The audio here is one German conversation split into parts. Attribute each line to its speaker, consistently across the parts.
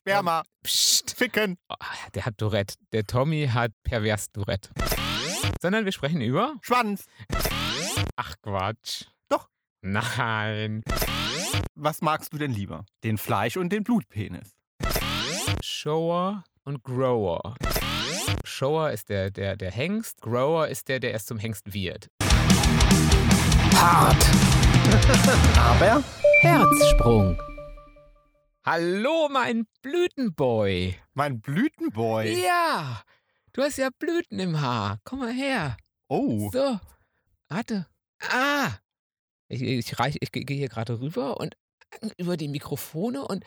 Speaker 1: Sperma.
Speaker 2: Psst.
Speaker 1: Ficken.
Speaker 2: Oh, der hat Tourette. Der Tommy hat pervers Tourette. Sondern wir sprechen über.
Speaker 1: Schwanz.
Speaker 2: Ach Quatsch.
Speaker 1: Doch.
Speaker 2: Nein.
Speaker 1: Was magst du denn lieber? Den Fleisch- und den Blutpenis.
Speaker 2: Shower und Grower. Shower ist der, der, der Hengst. Grower ist der, der erst zum Hengst wird.
Speaker 3: Hart.
Speaker 1: Aber?
Speaker 3: Herzsprung.
Speaker 2: Hallo, mein Blütenboy.
Speaker 1: Mein Blütenboy.
Speaker 2: Ja. Du hast ja Blüten im Haar. Komm mal her.
Speaker 1: Oh.
Speaker 2: So, warte. Ah! Ich, ich, reich, ich ge- gehe hier gerade rüber und über die Mikrofone und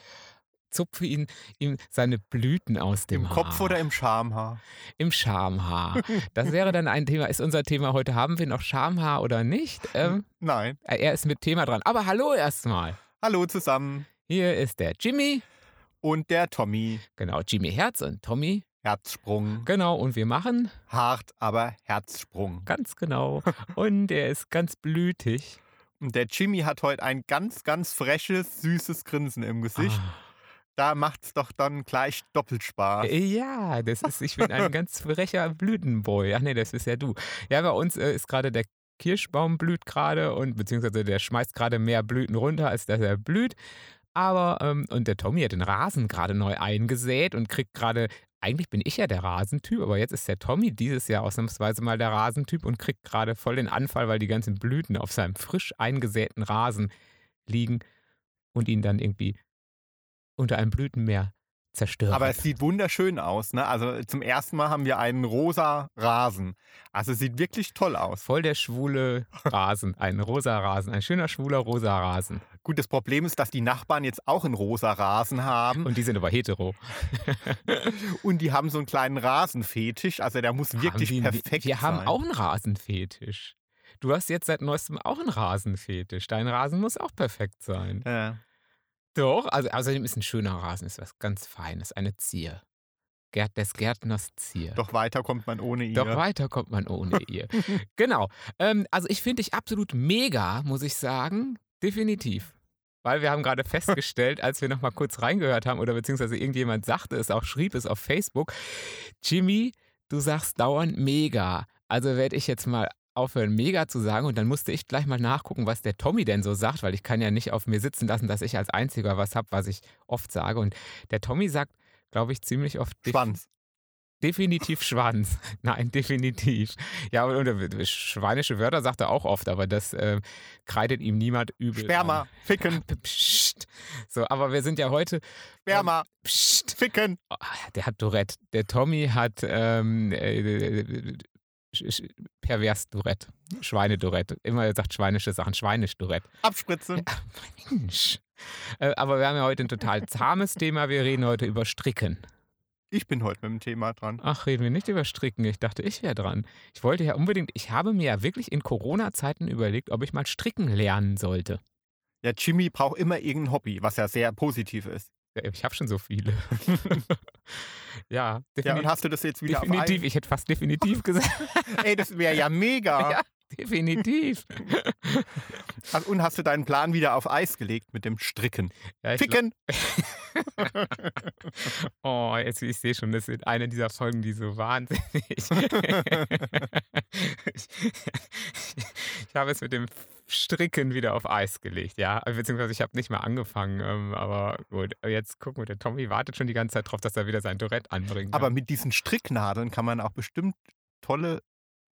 Speaker 2: zupfe ihn, ihm seine Blüten aus dem
Speaker 1: Im Kopf
Speaker 2: Haar.
Speaker 1: oder im Schamhaar?
Speaker 2: Im Schamhaar. Das wäre dann ein Thema. Ist unser Thema heute, haben wir noch Schamhaar oder nicht? Ähm,
Speaker 1: Nein.
Speaker 2: er ist mit Thema dran. Aber hallo erstmal.
Speaker 1: Hallo zusammen.
Speaker 2: Hier ist der Jimmy.
Speaker 1: Und der Tommy.
Speaker 2: Genau, Jimmy Herz und Tommy.
Speaker 1: Herzsprung.
Speaker 2: Genau, und wir machen
Speaker 1: Hart, aber Herzsprung.
Speaker 2: ganz genau. Und er ist ganz blütig.
Speaker 1: Und der Jimmy hat heute ein ganz, ganz freches, süßes Grinsen im Gesicht.
Speaker 2: Ah.
Speaker 1: Da macht's doch dann gleich doppelt Spaß.
Speaker 2: Äh, Ja, das ist, ich bin ein ganz frecher Blütenboy. Ach nee, das ist ja du. Ja, bei uns äh, ist gerade der Kirschbaum blüht gerade und beziehungsweise der schmeißt gerade mehr Blüten runter, als dass er blüht. Aber, ähm, und der Tommy hat den Rasen gerade neu eingesät und kriegt gerade, eigentlich bin ich ja der Rasentyp, aber jetzt ist der Tommy dieses Jahr ausnahmsweise mal der Rasentyp und kriegt gerade voll den Anfall, weil die ganzen Blüten auf seinem frisch eingesäten Rasen liegen und ihn dann irgendwie unter einem Blütenmeer zerstören.
Speaker 1: Aber es sieht wunderschön aus. Ne? Also zum ersten Mal haben wir einen rosa Rasen. Also es sieht wirklich toll aus.
Speaker 2: Voll der schwule Rasen, ein rosa Rasen, ein schöner schwuler rosa Rasen.
Speaker 1: Gut, das Problem ist, dass die Nachbarn jetzt auch einen rosa Rasen haben
Speaker 2: Und die sind aber hetero.
Speaker 1: und die haben so einen kleinen Rasenfetisch. Also der muss wirklich
Speaker 2: haben die-
Speaker 1: perfekt
Speaker 2: Wir haben
Speaker 1: sein.
Speaker 2: auch einen Rasenfetisch. Du hast jetzt seit neuestem auch einen Rasenfetisch. Dein Rasen muss auch perfekt sein.
Speaker 1: Äh,
Speaker 2: Doch, also außerdem ist ein schöner Rasen, ist was ganz Feines, eine Zier. Gärt des Gärtners Zier.
Speaker 1: doch weiter kommt man ohne ihn.
Speaker 2: Doch weiter kommt man ohne ihr. genau. Ähm, also ich finde dich absolut mega, muss ich sagen. Definitiv. Weil wir haben gerade festgestellt, als wir noch mal kurz reingehört haben oder beziehungsweise irgendjemand sagte es auch, schrieb es auf Facebook, Jimmy, du sagst dauernd mega. Also werde ich jetzt mal aufhören, mega zu sagen und dann musste ich gleich mal nachgucken, was der Tommy denn so sagt, weil ich kann ja nicht auf mir sitzen lassen, dass ich als Einziger was habe, was ich oft sage. Und der Tommy sagt, glaube ich, ziemlich oft def-
Speaker 1: Schwanz.
Speaker 2: Definitiv Schwanz. Nein, definitiv. Ja, und, und schweinische Wörter sagt er auch oft, aber das äh, kreidet ihm niemand übel.
Speaker 1: Sperma, ficken,
Speaker 2: an. Psst. So, aber wir sind ja heute.
Speaker 1: Sperma,
Speaker 2: Psst.
Speaker 1: ficken.
Speaker 2: Oh, der hat Tourette. Der Tommy hat ähm, äh, sch- sch- pervers Tourette. Schweinedourette. Immer er sagt schweinische Sachen. Schweinisch Tourette.
Speaker 1: Abspritzen.
Speaker 2: Mensch. Äh, aber wir haben ja heute ein total zahmes Thema. Wir reden heute über Stricken.
Speaker 1: Ich bin heute mit dem Thema dran.
Speaker 2: Ach, reden wir nicht über Stricken. Ich dachte, ich wäre dran. Ich wollte ja unbedingt, ich habe mir ja wirklich in Corona-Zeiten überlegt, ob ich mal Stricken lernen sollte.
Speaker 1: Ja, Jimmy braucht immer irgendein Hobby, was ja sehr positiv ist.
Speaker 2: Ja, Ich habe schon so viele. ja, definitiv.
Speaker 1: Ja, und hast du das jetzt wieder
Speaker 2: definitiv. Ich hätte fast definitiv gesagt.
Speaker 1: auf einen? Ey, das wäre ja mega.
Speaker 2: Ja. definitiv.
Speaker 1: Hast- Und hast du deinen Plan wieder auf Eis gelegt mit dem Stricken?
Speaker 2: Ja, ich,
Speaker 1: Ficken!
Speaker 2: oh, jetzt, ich sehe schon, das ist eine dieser Folgen, die so wahnsinnig. ich, ich habe es mit dem Stricken wieder auf Eis gelegt, ja. Beziehungsweise ich habe nicht mal angefangen, ähm, aber gut. Jetzt gucken wir, der Tommy wartet schon die ganze Zeit drauf, dass er wieder sein Tourette anbringt.
Speaker 1: Aber mit diesen Stricknadeln kann man auch bestimmt tolle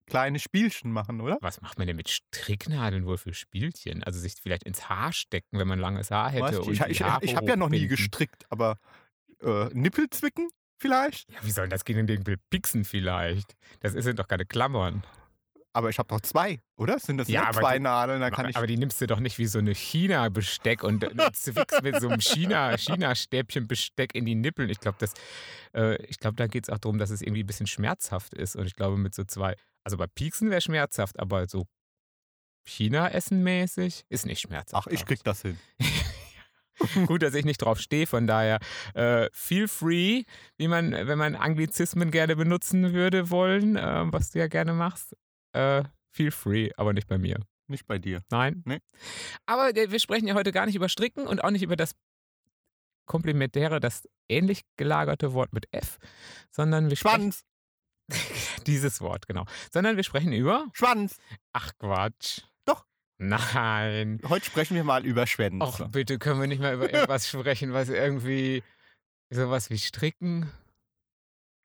Speaker 1: kleine Spielchen machen, oder?
Speaker 2: was macht man denn mit Stricknadeln wohl für Spielchen? Also sich vielleicht ins Haar stecken, wenn man langes Haar hätte.
Speaker 1: Weißt du,
Speaker 2: und
Speaker 1: ich
Speaker 2: die
Speaker 1: ich,
Speaker 2: Haare
Speaker 1: ich habe ja noch nie
Speaker 2: hochbinden.
Speaker 1: gestrickt, aber äh, Nippel zwicken vielleicht?
Speaker 2: Ja, wie soll das gehen? Den will Pixen vielleicht. Das sind doch keine Klammern.
Speaker 1: Aber ich habe doch zwei, oder? Sind das
Speaker 2: Ja,
Speaker 1: nur
Speaker 2: aber
Speaker 1: zwei
Speaker 2: die-
Speaker 1: Nadeln? Da kann ich
Speaker 2: aber die nimmst du doch nicht wie so eine China-Besteck und äh, zwickst mit so einem China- China-Stäbchen-Besteck in die Nippeln. Ich glaube, äh, ich glaub, da geht es auch darum, dass es irgendwie ein bisschen schmerzhaft ist. Und ich glaube, mit so zwei, also bei Pieksen wäre schmerzhaft, aber so China-Essen mäßig ist nicht schmerzhaft.
Speaker 1: Ach, ich
Speaker 2: glaub
Speaker 1: krieg das hin.
Speaker 2: Gut, dass ich nicht drauf stehe, von daher äh, feel free, wie man, wenn man Anglizismen gerne benutzen würde wollen, äh, was du ja gerne machst. Äh, feel free, aber nicht bei mir.
Speaker 1: Nicht bei dir.
Speaker 2: Nein.
Speaker 1: Nee.
Speaker 2: Aber äh, wir sprechen ja heute gar nicht über Stricken und auch nicht über das komplementäre das ähnlich gelagerte Wort mit F, sondern wir sprechen
Speaker 1: Schwanz,
Speaker 2: dieses Wort, genau. Sondern wir sprechen über
Speaker 1: Schwanz.
Speaker 2: Ach Quatsch.
Speaker 1: Doch.
Speaker 2: Nein.
Speaker 1: Heute sprechen wir mal über Schwänze.
Speaker 2: Och, bitte können wir nicht mehr über irgendwas sprechen, was irgendwie sowas wie Stricken.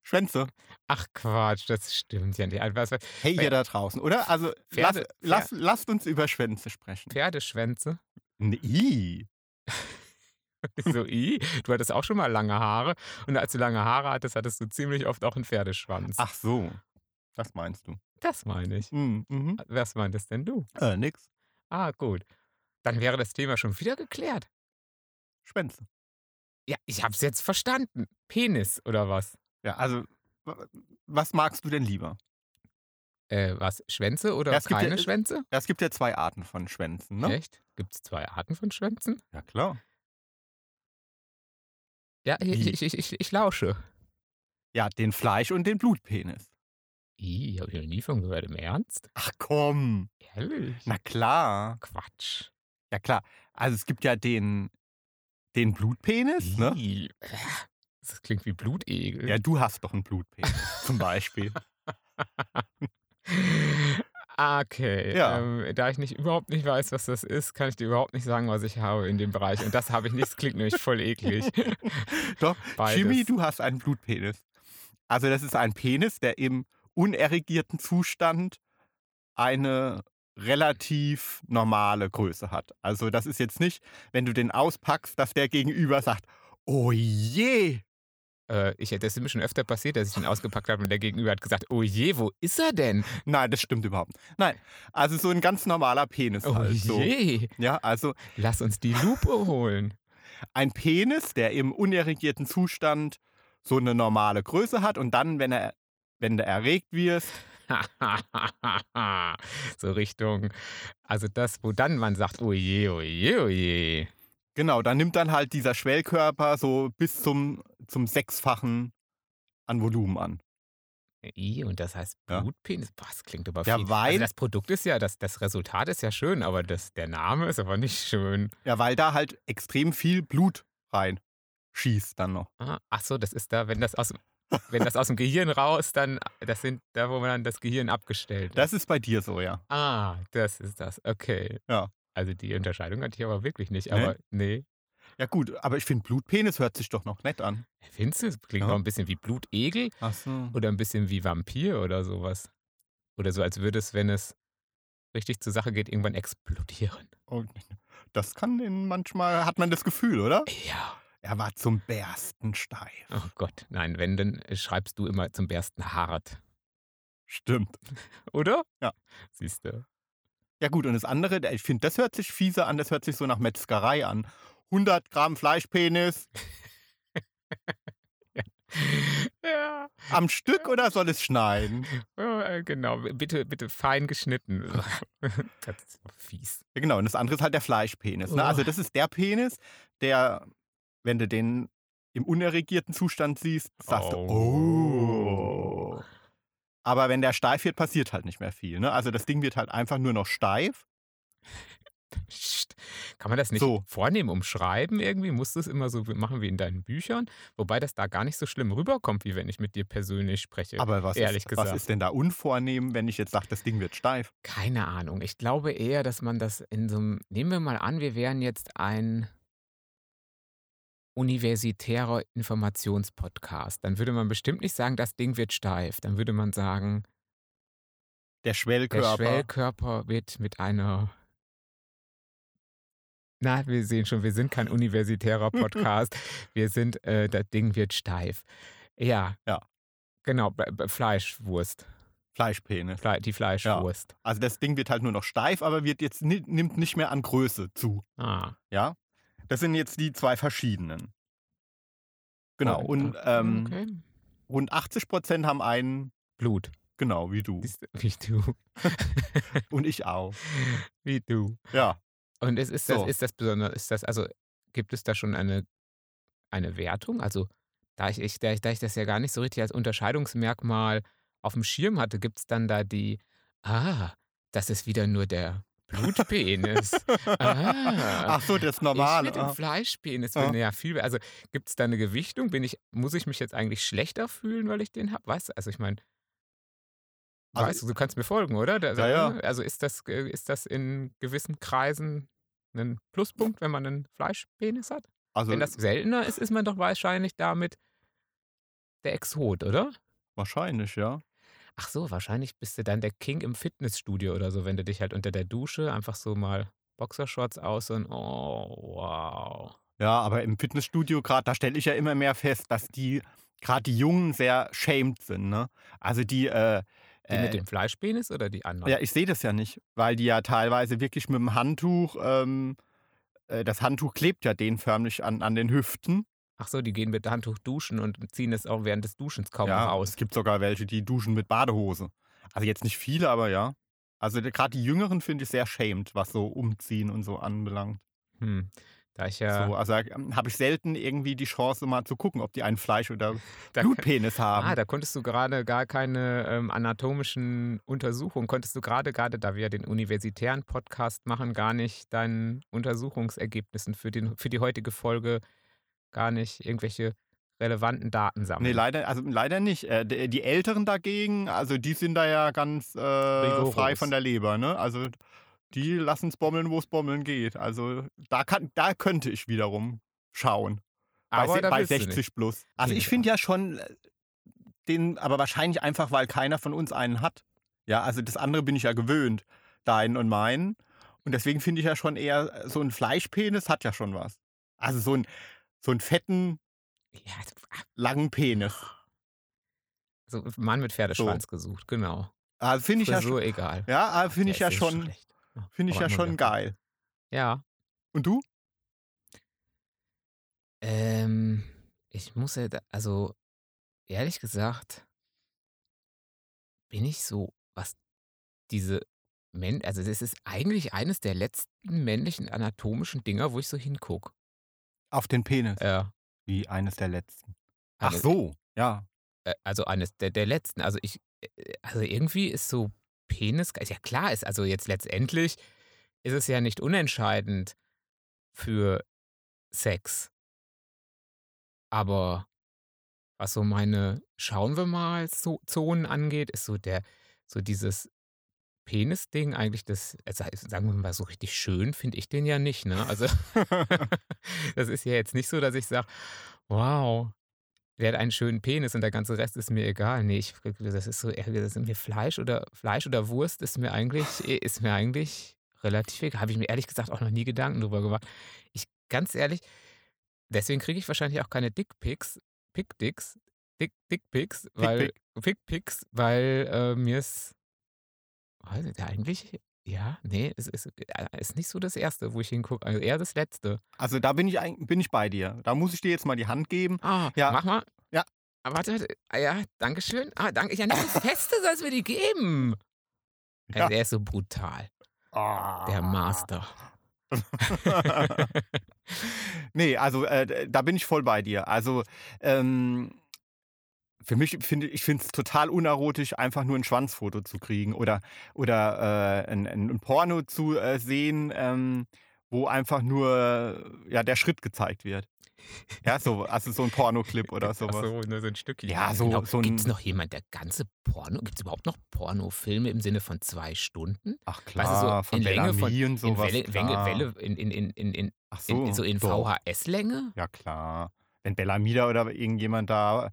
Speaker 1: Schwänze.
Speaker 2: Ach Quatsch, das stimmt ja nicht. Was, was-
Speaker 1: Hey, ihr
Speaker 2: Pferde-
Speaker 1: da draußen, oder? Also lass,
Speaker 2: Pferde-
Speaker 1: lass, lasst uns über Schwänze sprechen.
Speaker 2: Pferdeschwänze.
Speaker 1: Nee, ii.
Speaker 2: So, i, du hattest auch schon mal lange Haare. Und als du lange Haare hattest, hattest du ziemlich oft auch einen Pferdeschwanz.
Speaker 1: Ach so. Das meinst du.
Speaker 2: Das meine ich.
Speaker 1: Mhm. Mhm.
Speaker 2: Was meintest denn du?
Speaker 1: Äh, nix.
Speaker 2: Ah, gut. Dann wäre das Thema schon wieder geklärt.
Speaker 1: Schwänze.
Speaker 2: Ja, ich hab's jetzt verstanden. Penis oder was?
Speaker 1: Ja, also, w- was magst du denn lieber?
Speaker 2: Äh, was? Schwänze oder
Speaker 1: Ja, es gibt ja-
Speaker 2: keine Schwänze?
Speaker 1: Ja, Es gibt ja zwei Arten von Schwänzen, ne?
Speaker 2: Echt? Gibt es zwei Arten von Schwänzen?
Speaker 1: Ja, klar.
Speaker 2: Ja, ich,
Speaker 1: Wie?
Speaker 2: ich, ich, ich, ich lausche.
Speaker 1: Ja, den Fleisch- und den Blutpenis.
Speaker 2: Ih, hab ich noch nie von gehört. Im Ernst?
Speaker 1: Ach komm.
Speaker 2: Ehrlich?
Speaker 1: Na klar.
Speaker 2: Quatsch.
Speaker 1: Ja, klar. Also, es gibt ja den, den Blutpenis, ne?
Speaker 2: Ih, äh, Das klingt wie Blutegel.
Speaker 1: Ja, du hast doch einen Blutpenis, zum Beispiel.
Speaker 2: Okay,
Speaker 1: Ja.
Speaker 2: ähm, da ich nicht überhaupt nicht weiß, was das ist, kann ich dir überhaupt nicht sagen, was ich habe in dem Bereich. Und das habe ich nicht, das klingt nämlich voll eklig.
Speaker 1: Doch,
Speaker 2: Beides.
Speaker 1: Jimmy, du hast einen Blutpenis. Also das ist ein Penis, der im unerregierten Zustand eine relativ normale Größe hat. Also das ist jetzt nicht, wenn du den auspackst, dass der Gegenüber sagt, oh je,
Speaker 2: Äh, ich, das ist mir schon öfter passiert, dass ich ihn ausgepackt habe und der Gegenüber hat gesagt, oh je, wo ist er denn?
Speaker 1: nein, das stimmt überhaupt. nicht. Nein, also so ein ganz normaler Penis
Speaker 2: Oh
Speaker 1: halt. So.
Speaker 2: je,
Speaker 1: Ja, also
Speaker 2: lass uns die Lupe holen.
Speaker 1: ein Penis, der im unerregierten Zustand so eine normale Größe hat und dann, wenn er, wenn du erregt wirst,
Speaker 2: so Richtung, also das, wo dann man sagt, oh je, oh je, oh je.
Speaker 1: Genau, dann nimmt dann halt dieser Schwellkörper so bis zum, zum Sechsfachen an Volumen an.
Speaker 2: I, und das heißt
Speaker 1: Ja.
Speaker 2: Blutpenis. Boah, das klingt aber
Speaker 1: Ja,
Speaker 2: viel.
Speaker 1: weil-
Speaker 2: also das Produkt ist ja, das, das Resultat ist ja schön, aber das, der Name ist aber nicht schön.
Speaker 1: Ja, weil da halt extrem viel Blut rein schießt dann noch.
Speaker 2: Ah, ach so, das ist da, wenn das aus, wenn das aus dem Gehirn raus, dann, das sind da, wo man dann das Gehirn abgestellt hat.
Speaker 1: Das ist bei dir so, ja.
Speaker 2: Ah, das ist das. Okay.
Speaker 1: Ja. Ne?
Speaker 2: Also die Unterscheidung hatte ich aber wirklich nicht.
Speaker 1: Nee?
Speaker 2: Aber ne, nee.
Speaker 1: Ja gut, aber ich finde Blutpenis hört sich doch noch nett an.
Speaker 2: Findest du, es klingt
Speaker 1: Ja.
Speaker 2: auch ein bisschen wie Blutegel
Speaker 1: Ach so.
Speaker 2: oder ein bisschen wie Vampir oder sowas. Oder so, als würde es, wenn es richtig zur Sache geht, irgendwann explodieren.
Speaker 1: Und das kann in manchmal, hat man das Gefühl, oder?
Speaker 2: Ja.
Speaker 1: Er war zum Bersten steif.
Speaker 2: Oh Gott, nein, wenn, dann schreibst du immer zum Bersten hart,
Speaker 1: Stimmt.
Speaker 2: oder?
Speaker 1: Ja.
Speaker 2: Siehst du.
Speaker 1: Ja gut, und das andere, ich finde, das hört sich fiese an, das hört sich so nach Metzgerei an. 100 Gramm Fleischpenis
Speaker 2: Ja,
Speaker 1: am Stück oder soll es schneiden?
Speaker 2: äh, genau. Bitte, bitte fein geschnitten. das ist so fies.
Speaker 1: Ja, genau. Und das andere ist halt der Fleischpenis. Ne?
Speaker 2: Oh.
Speaker 1: Also, das ist der Penis, der, wenn du den im unerregierten Zustand siehst, sagst du,
Speaker 2: Oh.
Speaker 1: oh. Aber wenn der steif wird, passiert halt nicht mehr viel. Ne? Also, das Ding wird halt einfach nur noch steif.
Speaker 2: Psst. Kann man das nicht
Speaker 1: So.
Speaker 2: vornehm umschreiben irgendwie? Musst du es immer so machen wie in deinen Büchern? Wobei das da gar nicht so schlimm rüberkommt, wie wenn ich mit dir persönlich spreche.
Speaker 1: Aber was,
Speaker 2: ehrlich
Speaker 1: ist,
Speaker 2: gesagt.
Speaker 1: was ist denn da unvornehm, wenn ich jetzt sage, das Ding wird steif?
Speaker 2: Keine Ahnung. Ich glaube eher, dass man das in so einem. Nehmen wir mal an, wir wären jetzt ein universitärer Informationspodcast. Dann würde man bestimmt nicht sagen, das Ding wird steif. Dann würde man sagen,
Speaker 1: Der
Speaker 2: der
Speaker 1: Schwellkörper.
Speaker 2: Schwellkörper wird mit einer. Na, wir sehen schon, wir sind kein universitärer Podcast. wir sind, äh, das Ding wird steif. Ja.
Speaker 1: Ja.
Speaker 2: Genau, Be- Be- Fleischwurst.
Speaker 1: Fleischpenis.
Speaker 2: Fle die Fleischwurst.
Speaker 1: Also, das Ding wird halt nur noch steif, aber wird jetzt, ni- nimmt nicht mehr an Größe zu.
Speaker 2: Ah.
Speaker 1: Ja? Das sind jetzt die zwei verschiedenen. Genau. Und,
Speaker 2: ah,
Speaker 1: ähm,
Speaker 2: okay.
Speaker 1: rund 80 Prozent haben einen,
Speaker 2: Blut.
Speaker 1: genau wie du.
Speaker 2: Siehst du? Wie du.
Speaker 1: Und ich auch.
Speaker 2: Wie du.
Speaker 1: Ja.
Speaker 2: Und es ist
Speaker 1: So.
Speaker 2: das, ist das besonders, ist das, also gibt es da schon eine, eine Wertung? Also, da ich, ich, da, ich, da ich das ja gar nicht so richtig als Unterscheidungsmerkmal auf dem Schirm hatte, gibt es dann da die, ah, das ist wieder nur der Blutpenis. Ah.
Speaker 1: Ach so, das ist
Speaker 2: Ich
Speaker 1: normal.
Speaker 2: mit dem
Speaker 1: Ah.
Speaker 2: Fleischpenis
Speaker 1: Ja.
Speaker 2: bin ja viel. Also gibt es da eine Gewichtung? Bin ich, muss ich mich jetzt eigentlich schlechter fühlen, weil ich den habe? Weißt du, also ich meine,
Speaker 1: Also-
Speaker 2: weißt du, du kannst mir folgen, oder? Da,
Speaker 1: Ja, ja.
Speaker 2: Also ist das, äh, ist das in gewissen Kreisen ein Pluspunkt, wenn man einen Fleischpenis hat?
Speaker 1: Also
Speaker 2: wenn das seltener ist, ist man doch wahrscheinlich damit der Exot, oder?
Speaker 1: wahrscheinlich, ja.
Speaker 2: Ach so, wahrscheinlich bist du dann der King im Fitnessstudio oder so, wenn du dich halt unter der Dusche einfach so mal Boxershorts aus und oh, wow.
Speaker 1: Ja, aber im Fitnessstudio gerade, da stelle ich ja immer mehr fest, dass die, gerade die Jungen sehr shamed sind. Ne? Also die, äh,
Speaker 2: Die mit
Speaker 1: äh,
Speaker 2: dem Fleischpenis oder die anderen?
Speaker 1: ja, ich sehe das ja nicht, weil die ja teilweise wirklich mit dem Handtuch, ähm, äh, das Handtuch klebt ja den förmlich an, an den Hüften.
Speaker 2: Ach so, die gehen mit Handtuch duschen und ziehen es auch während des Duschens kaum
Speaker 1: ja,
Speaker 2: noch aus.
Speaker 1: Es gibt sogar welche, die duschen mit Badehose. Also jetzt nicht viele, aber ja. Also gerade die Jüngeren finde ich sehr shamed, was so Umziehen und so anbelangt.
Speaker 2: Hm. Da ich ja.
Speaker 1: So, also ähm, habe ich selten irgendwie die Chance, mal zu gucken, ob die einen Fleisch- oder
Speaker 2: da,
Speaker 1: Blutpenis haben.
Speaker 2: ah, da konntest du gerade gar keine ähm, anatomischen Untersuchungen, konntest du gerade, gerade da wir ja den universitären Podcast machen, gar nicht deinen Untersuchungsergebnissen für, den, für die heutige Folge gar nicht irgendwelche relevanten Daten sammeln.
Speaker 1: Nee, leider, also leider nicht. Äh, d- die Älteren dagegen, also die sind da ja ganz äh, frei
Speaker 2: Rigoros.
Speaker 1: von der Leber, ne? Also die lassen es bommeln, wo es bommeln geht. Also da, kann, da könnte ich wiederum schauen.
Speaker 2: Aber
Speaker 1: bei, se-
Speaker 2: da
Speaker 1: bei
Speaker 2: willst du nicht.
Speaker 1: 60 plus. Also
Speaker 2: Nee,
Speaker 1: ich
Speaker 2: ja.
Speaker 1: finde ja schon äh, den, aber wahrscheinlich einfach, weil keiner von uns einen hat. Ja, also das andere bin ich ja gewöhnt, deinen und meinen. Und deswegen finde ich ja schon eher, äh, so ein Fleischpenis hat ja schon was. Also so, ein, so einen fetten,
Speaker 2: Ja,
Speaker 1: langen Penis.
Speaker 2: so Mann mit Pferdeschwanz gesucht, genau.
Speaker 1: Also finde ich ja schon.
Speaker 2: Frisur egal.
Speaker 1: Ja, aber finde
Speaker 2: Der
Speaker 1: ich ja
Speaker 2: ist eh
Speaker 1: schon,
Speaker 2: schlecht.
Speaker 1: finde ich
Speaker 2: Aber
Speaker 1: ja
Speaker 2: nur
Speaker 1: schon
Speaker 2: der-
Speaker 1: geil.
Speaker 2: Ja,
Speaker 1: Und du?
Speaker 2: Ähm, ich muss ja, da- also ehrlich gesagt, bin ich so, was diese Män also das ist eigentlich eines der letzten männlichen anatomischen Dinger, wo ich so hingucke.
Speaker 1: Auf den Penis.
Speaker 2: Äh,
Speaker 1: Wie eines der letzten. Ach
Speaker 2: eine-
Speaker 1: so, ja.
Speaker 2: äh, also eines der, der letzten. Also ich, äh, also irgendwie ist so Penis, ist ja klar ist, also jetzt letztendlich ist es ja nicht unentscheidend für Sex. Aber was so meine, schauen wir mal, so Zonen angeht, ist so der, so dieses Penis-Ding eigentlich das, äh, sa- sagen wir mal so richtig schön, finde ich den ja nicht, ne? Also das ist ja jetzt nicht so, dass ich sage, wow, der hat einen schönen Penis und der ganze Rest ist mir egal. Nee, ich, das ist so, eher- das ist mir Fleisch oder Fleisch oder Wurst ist mir eigentlich, äh, ist mir eigentlich relativ egal. Habe ich mir ehrlich gesagt auch noch nie Gedanken drüber gemacht. Ich, ganz ehrlich, deswegen kriege ich wahrscheinlich auch keine Dickpics, Pickdicks, Dick, Dickpics, weil, Pickpics, weil äh, mir ist, weiß nicht, eigentlich, ja, nee, es ist, äh, ist nicht so das Erste, wo ich hingucke, also eher das Letzte.
Speaker 1: Also da bin ich, ein- bin ich bei dir. Da muss ich dir jetzt mal die Hand geben.
Speaker 2: Ah,
Speaker 1: Ja.
Speaker 2: mach mal.
Speaker 1: Ja.
Speaker 2: Ah, Warte, warte. Ah, ja, danke schön. Ah, danke. Ja, nicht so feste sollst du mir die geben.
Speaker 1: Ja. Ah.
Speaker 2: Also, der ist so brutal. Der Master.
Speaker 1: nee, also äh, da bin ich voll bei dir. Also ähm, für mich finde ich finde es total unerotisch, einfach nur ein Schwanzfoto zu kriegen oder oder äh, ein, ein ein Porno zu äh, sehen, ähm, wo einfach nur ja der Schritt gezeigt wird. Ja, so also so ein Pornoclip oder
Speaker 2: Ach
Speaker 1: sowas.
Speaker 2: so, nur so ein Stückchen.
Speaker 1: Ja, so- so ein-
Speaker 2: Gibt es noch jemand, der ganze Porno, gibt es überhaupt noch Pornofilme im Sinne von zwei Stunden?
Speaker 1: Ach
Speaker 2: weißt du, so in Länge
Speaker 1: Bellamy
Speaker 2: von-
Speaker 1: und sowas.
Speaker 2: in Welle,
Speaker 1: klar.
Speaker 2: Welle, Welle in, in, in, in, in,
Speaker 1: Ach
Speaker 2: in,
Speaker 1: so,
Speaker 2: so in halt.
Speaker 1: doch.
Speaker 2: VHS-Länge?
Speaker 1: Ja klar. Wenn Bellamida oder irgendjemand da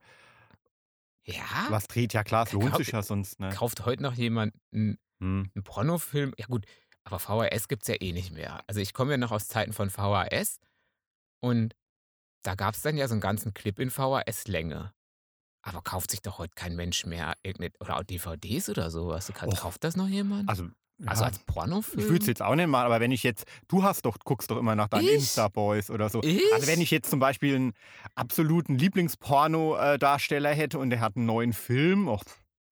Speaker 2: Ja.
Speaker 1: was dreht, ja klar, es lohnt
Speaker 2: Kau-
Speaker 1: sich ja sonst nicht.
Speaker 2: Kauft heute noch jemand einen
Speaker 1: Hm.
Speaker 2: ein Pornofilm, ja gut, aber VHS gibt es ja eh nicht mehr. Also ich komme ja noch aus Zeiten von VHS und da gab es dann ja so einen ganzen Clip in VHS-Länge. Aber kauft sich doch heute kein Mensch mehr irgendeine, oder auch DVDs oder sowas. Du kannst,
Speaker 1: Och.
Speaker 2: kauft das noch jemand?
Speaker 1: Also,
Speaker 2: also
Speaker 1: ja,
Speaker 2: als Pornofilm?
Speaker 1: ich würde es jetzt auch nicht machen, aber wenn ich jetzt, du hast doch, guckst doch immer nach deinen
Speaker 2: Mhm. Ich?
Speaker 1: Insta-Boys oder so.
Speaker 2: ich?
Speaker 1: Also wenn ich jetzt zum Beispiel einen absoluten Lieblingsporno-Darsteller hätte und der hat einen neuen Film, och,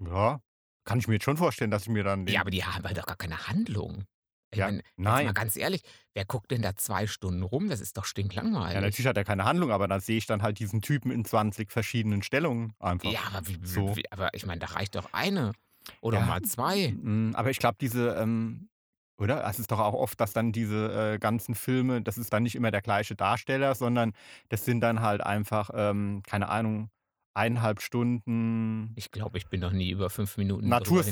Speaker 1: ja, kann ich mir jetzt schon vorstellen, dass ich mir dann den...
Speaker 2: ja, aber die haben halt doch gar keine Handlung. Ich
Speaker 1: Ja,
Speaker 2: meine, jetzt mal
Speaker 1: nein.
Speaker 2: ganz ehrlich, wer guckt denn da zwei Stunden rum? Das ist doch
Speaker 1: Ja,
Speaker 2: stinklangweilig.
Speaker 1: natürlich hat er keine Handlung, aber dann sehe ich dann halt diesen Typen in 20 verschiedenen Stellungen einfach.
Speaker 2: ja aber, wie,
Speaker 1: so.
Speaker 2: wie, aber ich meine, da reicht doch eine. Oder
Speaker 1: Ja.
Speaker 2: mal zwei.
Speaker 1: Mm, Aber ich glaube, diese, ähm, Oder? Das ist doch auch oft, dass dann diese äh, ganzen Filme, das ist dann nicht immer der gleiche Darsteller, sondern das sind dann halt einfach, ähm, keine Ahnung, eineinhalb Stunden.
Speaker 2: Ich glaube, ich bin noch nie über fünf Minuten
Speaker 1: Natursekt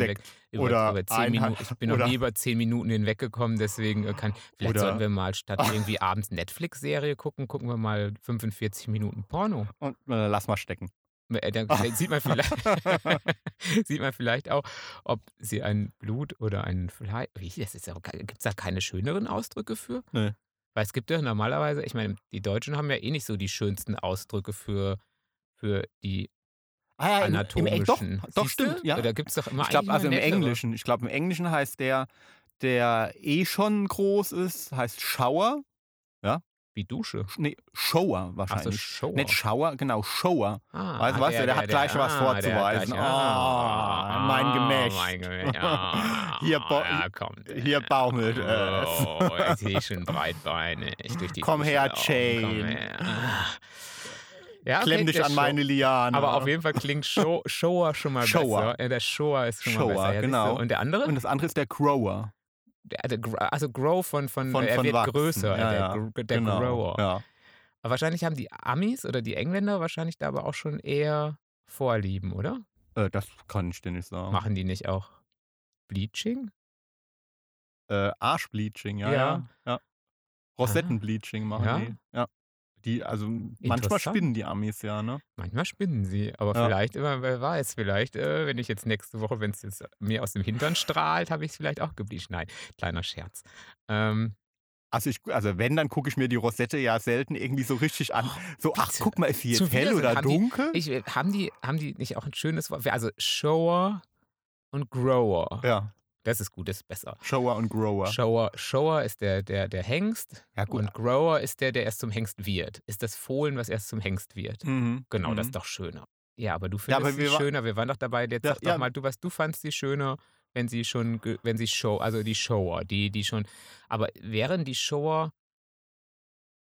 Speaker 2: drüber hinweg. Über,
Speaker 1: oder
Speaker 2: über zehn
Speaker 1: eineinhalb-
Speaker 2: Minuten. Ich bin noch
Speaker 1: oder-
Speaker 2: nie über zehn Minuten hinweggekommen, deswegen äh, kann. Vielleicht
Speaker 1: Oder- Ah.
Speaker 2: sollten wir mal statt irgendwie abends Netflix-Serie gucken, gucken wir mal 45 Minuten Porno.
Speaker 1: Und äh, lass mal stecken.
Speaker 2: Äh, Dann sieht man vielleicht, sieht man vielleicht auch, ob sie ein Blut oder ein Fleisch. Gibt es da keine schöneren Ausdrücke für?
Speaker 1: Nee.
Speaker 2: Weil es gibt ja normalerweise, ich meine, die Deutschen haben ja eh nicht so die schönsten Ausdrücke für, für die
Speaker 1: Ah ja, im- im, Eng- doch,
Speaker 2: anatomischen.
Speaker 1: doch
Speaker 2: Siehste?
Speaker 1: stimmt. Ja.
Speaker 2: Da gibt es doch immer
Speaker 1: Ich glaube,
Speaker 2: eigentlich
Speaker 1: also im
Speaker 2: immer nettere.
Speaker 1: Englischen, ich glaube, im Englischen heißt der, der eh schon groß ist, heißt Shower.
Speaker 2: Wie Dusche.
Speaker 1: Sch- Nee, Shower
Speaker 2: Achso,
Speaker 1: wahrscheinlich.
Speaker 2: Show.
Speaker 1: Nicht Shower, genau, Shower.
Speaker 2: ah,
Speaker 1: Weißt du was? Der hat gleich was vorzuweisen. Ah, mein Gemächt.
Speaker 2: Mein Gemächt. Ah,
Speaker 1: Hier ba-
Speaker 2: ja, kommt er.
Speaker 1: hier baumelt es.
Speaker 2: Oh, jetzt sehe ich schon breitbeinig. Durch die
Speaker 1: Komm
Speaker 2: frischen
Speaker 1: her,
Speaker 2: Augen. Komm
Speaker 1: Jane.
Speaker 2: her. Ah. Ja, Ah, okay,
Speaker 1: Klemm dich
Speaker 2: der
Speaker 1: an
Speaker 2: Show-
Speaker 1: meine Liane.
Speaker 2: Aber auf jeden Fall klingt Show, Shower schon mal
Speaker 1: Shower.
Speaker 2: besser. Ja, der Shower ist schon
Speaker 1: Shower,
Speaker 2: mal besser. Ja, siehst
Speaker 1: genau.
Speaker 2: du. Und der andere?
Speaker 1: Und das andere ist der Grower.
Speaker 2: Der- der Gr- also Grow von, von,
Speaker 1: Von,
Speaker 2: er
Speaker 1: von
Speaker 2: wird
Speaker 1: Wachsen.
Speaker 2: größer.
Speaker 1: Ja,
Speaker 2: der
Speaker 1: ja,
Speaker 2: Gr- der
Speaker 1: genau.
Speaker 2: Grower.
Speaker 1: Ja.
Speaker 2: Aber wahrscheinlich haben die Amis oder die Engländer wahrscheinlich da aber auch schon eher Vorlieben, oder?
Speaker 1: Äh, das kann ich dir nicht sagen.
Speaker 2: Machen die nicht auch Bleaching?
Speaker 1: Äh, Arschbleaching, ja,
Speaker 2: Ja.
Speaker 1: ja. ja. Rosettenbleaching machen
Speaker 2: Ja.
Speaker 1: die. Ja. Die, also manchmal
Speaker 2: Interessant.
Speaker 1: spinnen die Amis ja, ne?
Speaker 2: Manchmal spinnen sie, aber
Speaker 1: Ja.
Speaker 2: vielleicht, immer, wer weiß, vielleicht, äh, wenn ich jetzt nächste Woche, wenn es jetzt mir aus dem Hintern strahlt, habe ich es vielleicht auch gebleicht. Nein, kleiner Scherz. Ähm,
Speaker 1: Also, ich, also wenn, dann gucke ich mir die Rosette ja selten irgendwie so richtig an. So, ach,
Speaker 2: Oh, bitte.
Speaker 1: guck mal, ist sie
Speaker 2: Schon
Speaker 1: jetzt
Speaker 2: wieder
Speaker 1: hell
Speaker 2: so-
Speaker 1: oder
Speaker 2: haben die-
Speaker 1: dunkel?
Speaker 2: ich, äh, haben, die, haben die nicht auch ein schönes Wort? Also Shower und Grower.
Speaker 1: ja,
Speaker 2: Das ist gut, das ist besser.
Speaker 1: Shower und Grower.
Speaker 2: Shower, Shower ist der, der, der Hengst
Speaker 1: ja, gut.
Speaker 2: und Grower ist der, der erst zum Hengst wird. Ist das Fohlen, was erst zum Hengst wird.
Speaker 1: Mhm.
Speaker 2: Genau, das
Speaker 1: mhm.
Speaker 2: ist doch schöner. Ja, aber du
Speaker 1: Ja, aber
Speaker 2: findest sie
Speaker 1: wir wa-
Speaker 2: schöner. Wir waren doch dabei, jetzt
Speaker 1: Ja,
Speaker 2: sag doch
Speaker 1: ja.
Speaker 2: mal, du was, du fandst sie schöner, wenn sie schon, ge- wenn sie Show, also die Shower, die, die schon. Aber wären die Shower,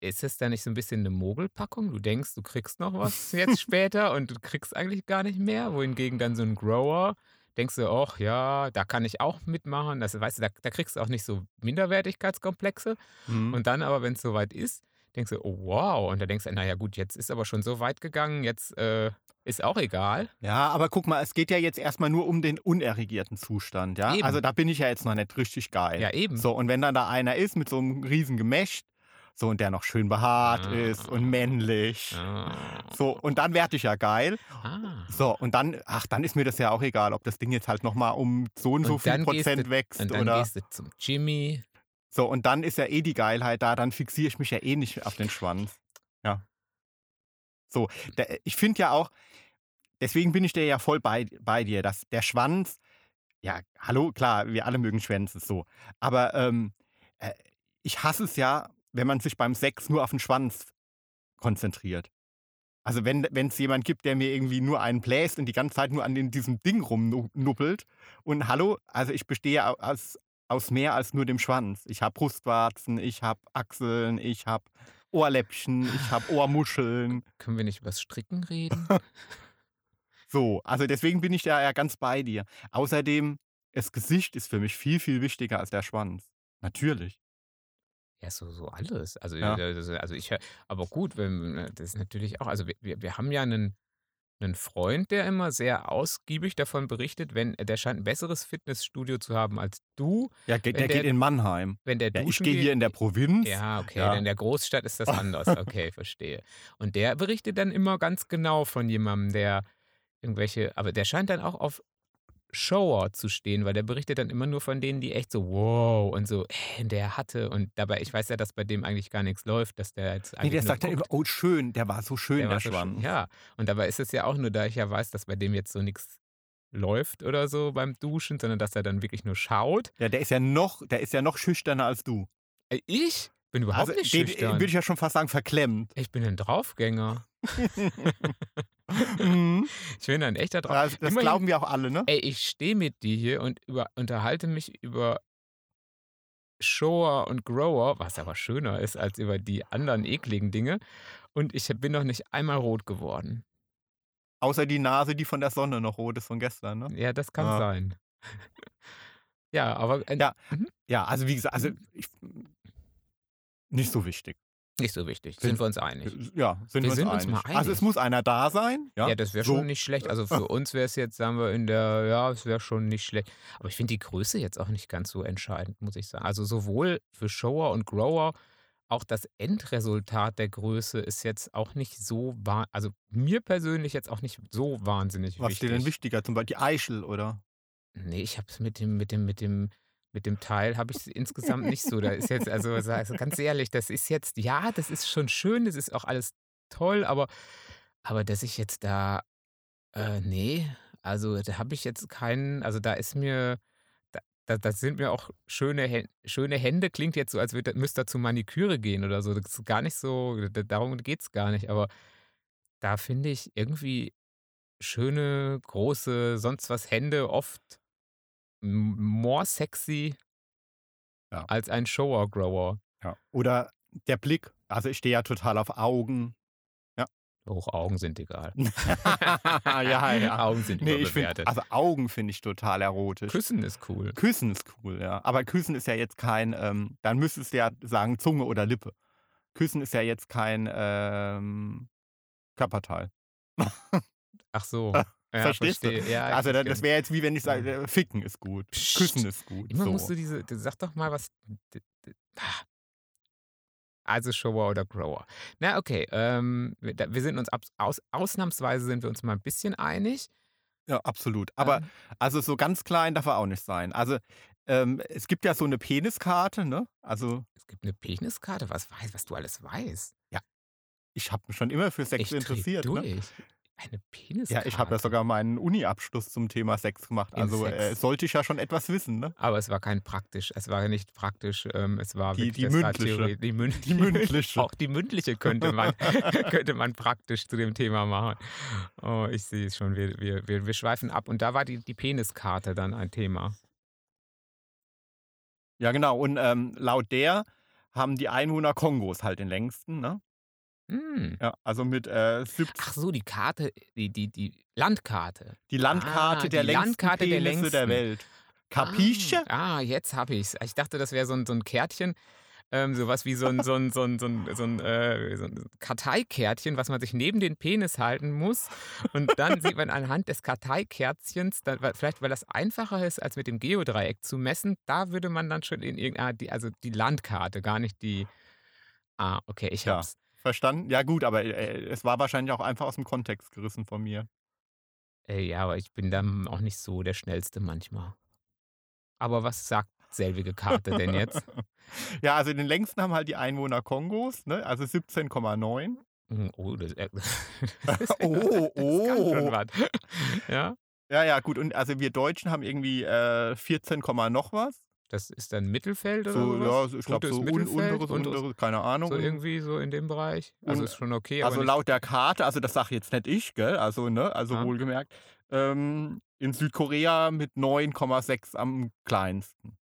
Speaker 2: ist es da nicht so ein bisschen eine Mogelpackung? Du denkst, du kriegst noch was jetzt später und du kriegst eigentlich gar nicht mehr. Wohingegen dann so ein Grower, denkst du, ach ja, da kann ich auch mitmachen. Das, weißt du, da, da kriegst du auch nicht so Minderwertigkeitskomplexe.
Speaker 1: Mhm.
Speaker 2: Und dann aber, wenn es soweit ist, denkst du, oh wow. Und dann denkst du, naja gut, jetzt ist aber schon so weit gegangen, jetzt äh, ist auch egal.
Speaker 1: Ja, aber guck mal, es geht ja jetzt erstmal nur um den unerregierten Zustand, ja?
Speaker 2: Eben.
Speaker 1: Also da bin ich ja jetzt noch nicht richtig geil.
Speaker 2: Ja, eben.
Speaker 1: Äh, So, und wenn dann da einer ist mit so einem riesen Gemächt, so und der noch schön behaart
Speaker 2: Ah.
Speaker 1: ist und männlich.
Speaker 2: Ah.
Speaker 1: So, und dann werd ich ja geil.
Speaker 2: Ah.
Speaker 1: So, und dann, ach, dann ist mir das ja auch egal, ob das Ding jetzt halt nochmal um so und, so
Speaker 2: Und
Speaker 1: viel
Speaker 2: dann gehst
Speaker 1: Prozent
Speaker 2: du-
Speaker 1: wächst
Speaker 2: Und dann
Speaker 1: oder.
Speaker 2: gehst du zum Jimmy.
Speaker 1: So, und dann ist ja eh die Geilheit da, dann fixiere ich mich ja eh nicht auf den Schwanz. Ja. So, da, äh, ich finde ja auch, deswegen bin ich dir ja voll bei, bei dir, dass der Schwanz, ja, hallo, klar, wir alle mögen Schwänze so, aber ähm, äh, ich hasse es ja, wenn man sich beim Sex nur auf den Schwanz konzentriert. Also wenn es jemand gibt, der mir irgendwie nur einen bläst und die ganze Zeit nur an den, diesem Ding rumnuppelt und hallo, also ich bestehe ja au- aus, aus mehr als nur dem Schwanz. Ich habe Brustwarzen, ich habe Achseln, ich habe Ohrläppchen, ich habe Ohrmuscheln.
Speaker 2: Können wir nicht über das Stricken reden?
Speaker 1: So, also deswegen bin ich da ja ganz bei dir. Außerdem, das Gesicht ist für mich viel, viel wichtiger als der Schwanz. Natürlich.
Speaker 2: Ja, so, so alles. Also,
Speaker 1: Ja.
Speaker 2: äh, das- also ich hör- aber gut, wenn, äh, das ist natürlich auch, also wir, wir, wir haben ja einen, einen Freund, der immer sehr ausgiebig davon berichtet, wenn der scheint ein besseres Fitnessstudio zu haben als du,
Speaker 1: Ja, ge-
Speaker 2: Wenn
Speaker 1: der,
Speaker 2: der-
Speaker 1: geht in Mannheim.
Speaker 2: wenn der
Speaker 1: Ja, ich
Speaker 2: duschen
Speaker 1: gehe
Speaker 2: geht.
Speaker 1: hier in der Provinz.
Speaker 2: Ja, okay,
Speaker 1: Ja.
Speaker 2: in der Großstadt ist das anders. Okay, verstehe. Und der berichtet dann immer ganz genau von jemandem, der irgendwelche, aber der scheint dann auch auf Shower zu stehen, weil der berichtet dann immer nur von denen, die echt so wow und so, äh, der hatte und dabei, ich weiß ja, dass bei dem eigentlich gar nichts läuft, dass also der jetzt
Speaker 1: Nee,
Speaker 2: eigentlich
Speaker 1: der
Speaker 2: nur
Speaker 1: sagt dann
Speaker 2: guckt.
Speaker 1: immer, oh schön, der war so schön, der,
Speaker 2: war so
Speaker 1: Schwanz.
Speaker 2: schön. Ja, und dabei ist es ja auch nur, da ich ja weiß, dass bei dem jetzt so nichts läuft oder so beim Duschen, sondern dass er dann wirklich nur schaut.
Speaker 1: ja, der ist ja noch, der ist ja noch schüchterner als du.
Speaker 2: Äh, Ich bin überhaupt nicht
Speaker 1: den äh,
Speaker 2: schüchtern.
Speaker 1: würde ich ja schon fast sagen, verklemmt.
Speaker 2: ich bin ein Draufgänger.
Speaker 1: Mhm.
Speaker 2: Ich bin ein echter Draufgänger.
Speaker 1: Also, das
Speaker 2: Immerhin-
Speaker 1: glauben wir auch alle, ne?
Speaker 2: Ey, ich stehe mit dir hier und über, unterhalte mich über Shower und Grower, was aber schöner ist als über die anderen ekligen Dinge. Und ich bin noch nicht einmal rot geworden.
Speaker 1: Außer die Nase, die von der Sonne noch rot ist von gestern, ne?
Speaker 2: Ja, das kann
Speaker 1: Ja.
Speaker 2: sein. Ja, aber äh,
Speaker 1: Ja. Ja, also wie gesagt, also ich, nicht so wichtig.
Speaker 2: nicht so wichtig.
Speaker 1: Sind-
Speaker 2: Sind wir uns einig?
Speaker 1: Ja, sind
Speaker 2: Wir
Speaker 1: wir,
Speaker 2: sind uns
Speaker 1: uns, einig.
Speaker 2: mal
Speaker 1: Also es
Speaker 2: einig.
Speaker 1: muss einer da sein. Ja,
Speaker 2: Ja, das wäre
Speaker 1: so. Ah.
Speaker 2: schon nicht schlecht. Also für uns wäre es jetzt, sagen wir, in der, ja, es wäre schon nicht schlecht. Aber ich finde die Größe jetzt auch nicht ganz so entscheidend, muss ich sagen. Also sowohl für Shower und Grower, auch das Endresultat der Größe ist jetzt auch nicht so, wa- also mir persönlich jetzt auch nicht so wahnsinnig
Speaker 1: Was ist dir
Speaker 2: wichtig.
Speaker 1: denn wichtiger? Zum Beispiel die Eichel, oder?
Speaker 2: Nee, Ne, ich habe es mit dem, mit dem, mit dem, mit dem Teil habe ich insgesamt nicht so. Da ist jetzt, also sa- also ganz ehrlich, das ist jetzt, ja, das ist schon schön, das ist auch alles toll, aber, aber dass ich jetzt da, äh, nee, also da habe ich jetzt keinen, also da ist mir, da, da, das sind mir auch schöne, Hä- schöne Hände, klingt jetzt so, als würde, müsste da zu Maniküre gehen oder so. Das ist gar nicht so, da- darum geht es gar nicht, aber da finde ich irgendwie schöne, große, sonst was Hände oft m- more sexy
Speaker 1: Ja.
Speaker 2: als ein Shower-Grower.
Speaker 1: Ja. Oder der Blick. Also ich stehe ja total auf Augen.
Speaker 2: Auch Augen sind egal.
Speaker 1: ja, ja.
Speaker 2: Augen sind
Speaker 1: Nee, ich finde,
Speaker 2: überbewertet.
Speaker 1: also Augen finde ich total erotisch.
Speaker 2: Küssen ist cool.
Speaker 1: Küssen ist cool, ja. Aber Küssen ist ja jetzt kein, ähm, dann müsstest du ja sagen Zunge oder Lippe. Küssen ist ja jetzt kein ähm, Körperteil.
Speaker 2: Ach so. Ja,
Speaker 1: Ah, Verstehst du?
Speaker 2: verstehe. Ja, ich
Speaker 1: also das, das
Speaker 2: verstehe.
Speaker 1: wäre jetzt wie wenn ich sage,
Speaker 2: Ja.
Speaker 1: äh, Ficken ist gut,
Speaker 2: Psst.
Speaker 1: Küssen ist gut.
Speaker 2: Immer
Speaker 1: so.
Speaker 2: musst du diese, du- sag doch mal was. d- d- ah. Also Shower oder Grower. Na okay, ähm, wir da- wir sind uns abs- aus, ausnahmsweise sind wir uns mal ein bisschen einig.
Speaker 1: ja, absolut. Aber
Speaker 2: Ähm,
Speaker 1: also so ganz klein darf er auch nicht sein. Also ähm, es gibt ja so eine Peniskarte, ne? Also
Speaker 2: es gibt eine Peniskarte, was weiß, was du alles weißt.
Speaker 1: ich habe mich schon immer für Sex
Speaker 2: ich dreh
Speaker 1: interessiert.
Speaker 2: durch.
Speaker 1: Ne?
Speaker 2: Eine Peniskarte.
Speaker 1: Ja, ich habe ja sogar meinen Uni-Abschluss zum Thema Sex gemacht.
Speaker 2: In
Speaker 1: Also äh,
Speaker 2: Sex.
Speaker 1: sollte ich ja schon etwas wissen, ne?
Speaker 2: Aber es war kein praktisch, es war nicht praktisch, ähm, es war
Speaker 1: Die-
Speaker 2: wirklich
Speaker 1: die
Speaker 2: es war
Speaker 1: mündliche.
Speaker 2: Theorie, die, mün
Speaker 1: Die mündliche.
Speaker 2: Auch die mündliche könnte man, könnte man praktisch zu dem Thema machen. Oh, ich sehe es schon, wir, wir, wir, wir schweifen ab. Und da war die, die Peniskarte dann ein Thema.
Speaker 1: Ja, genau. Und ähm, laut der haben die Einwohner Kongos halt den längsten, ne?
Speaker 2: Hm.
Speaker 1: Ja, also mit äh, 70
Speaker 2: Ach so, die Karte, die, die, die Landkarte.
Speaker 1: die Landkarte
Speaker 2: ah,
Speaker 1: der
Speaker 2: die
Speaker 1: längsten
Speaker 2: Landkarte der
Speaker 1: Penisse der,
Speaker 2: längsten.
Speaker 1: Welt. Capisce?
Speaker 2: Ah, ah jetzt habe ich es. Ich dachte, das wäre so ein, so ein Kärtchen, ähm, sowas wie so ein, so, ein, so, ein, so, ein, so, ein, äh, so ein Karteikärtchen, was man sich neben den Penis halten muss. Und dann sieht man anhand des Karteikärtchens, dann, weil- vielleicht weil das einfacher ist, als mit dem Geodreieck zu messen, da würde man dann schon in irgendeiner, die, also die Landkarte, gar nicht die. Ah, okay, ich
Speaker 1: Ja.
Speaker 2: hab's.
Speaker 1: Verstanden? Ja, gut, aber äh, es war wahrscheinlich auch einfach aus dem Kontext gerissen von mir.
Speaker 2: Äh, ja, aber ich bin dann auch nicht so der Schnellste manchmal. Aber was sagt selbige Karte denn jetzt?
Speaker 1: Ja, also den längsten haben halt die Einwohner Kongos, ne? Also 17,9.
Speaker 2: Mm, Oh, das, äh, das ist,
Speaker 1: Oh,
Speaker 2: das kann schon
Speaker 1: oh.
Speaker 2: was. Ja,
Speaker 1: Ja, ja, gut. Und also wir Deutschen haben irgendwie äh, 14, Komma noch was.
Speaker 2: das ist dann Mittelfeld oder
Speaker 1: So, ja,
Speaker 2: sowas?
Speaker 1: so, ich glaube
Speaker 2: Gutes
Speaker 1: so un
Speaker 2: Mittelfeld,
Speaker 1: unteres,
Speaker 2: unteres-
Speaker 1: unteres, keine Ahnung.
Speaker 2: So irgendwie so in dem Bereich. Also
Speaker 1: Und-
Speaker 2: ist schon okay,
Speaker 1: also
Speaker 2: aber nicht,
Speaker 1: laut der Karte, also das sage jetzt nicht ich, gell? Also, ne, also
Speaker 2: Ja.
Speaker 1: wohlgemerkt, ähm, in Südkorea mit 9,6 am kleinsten.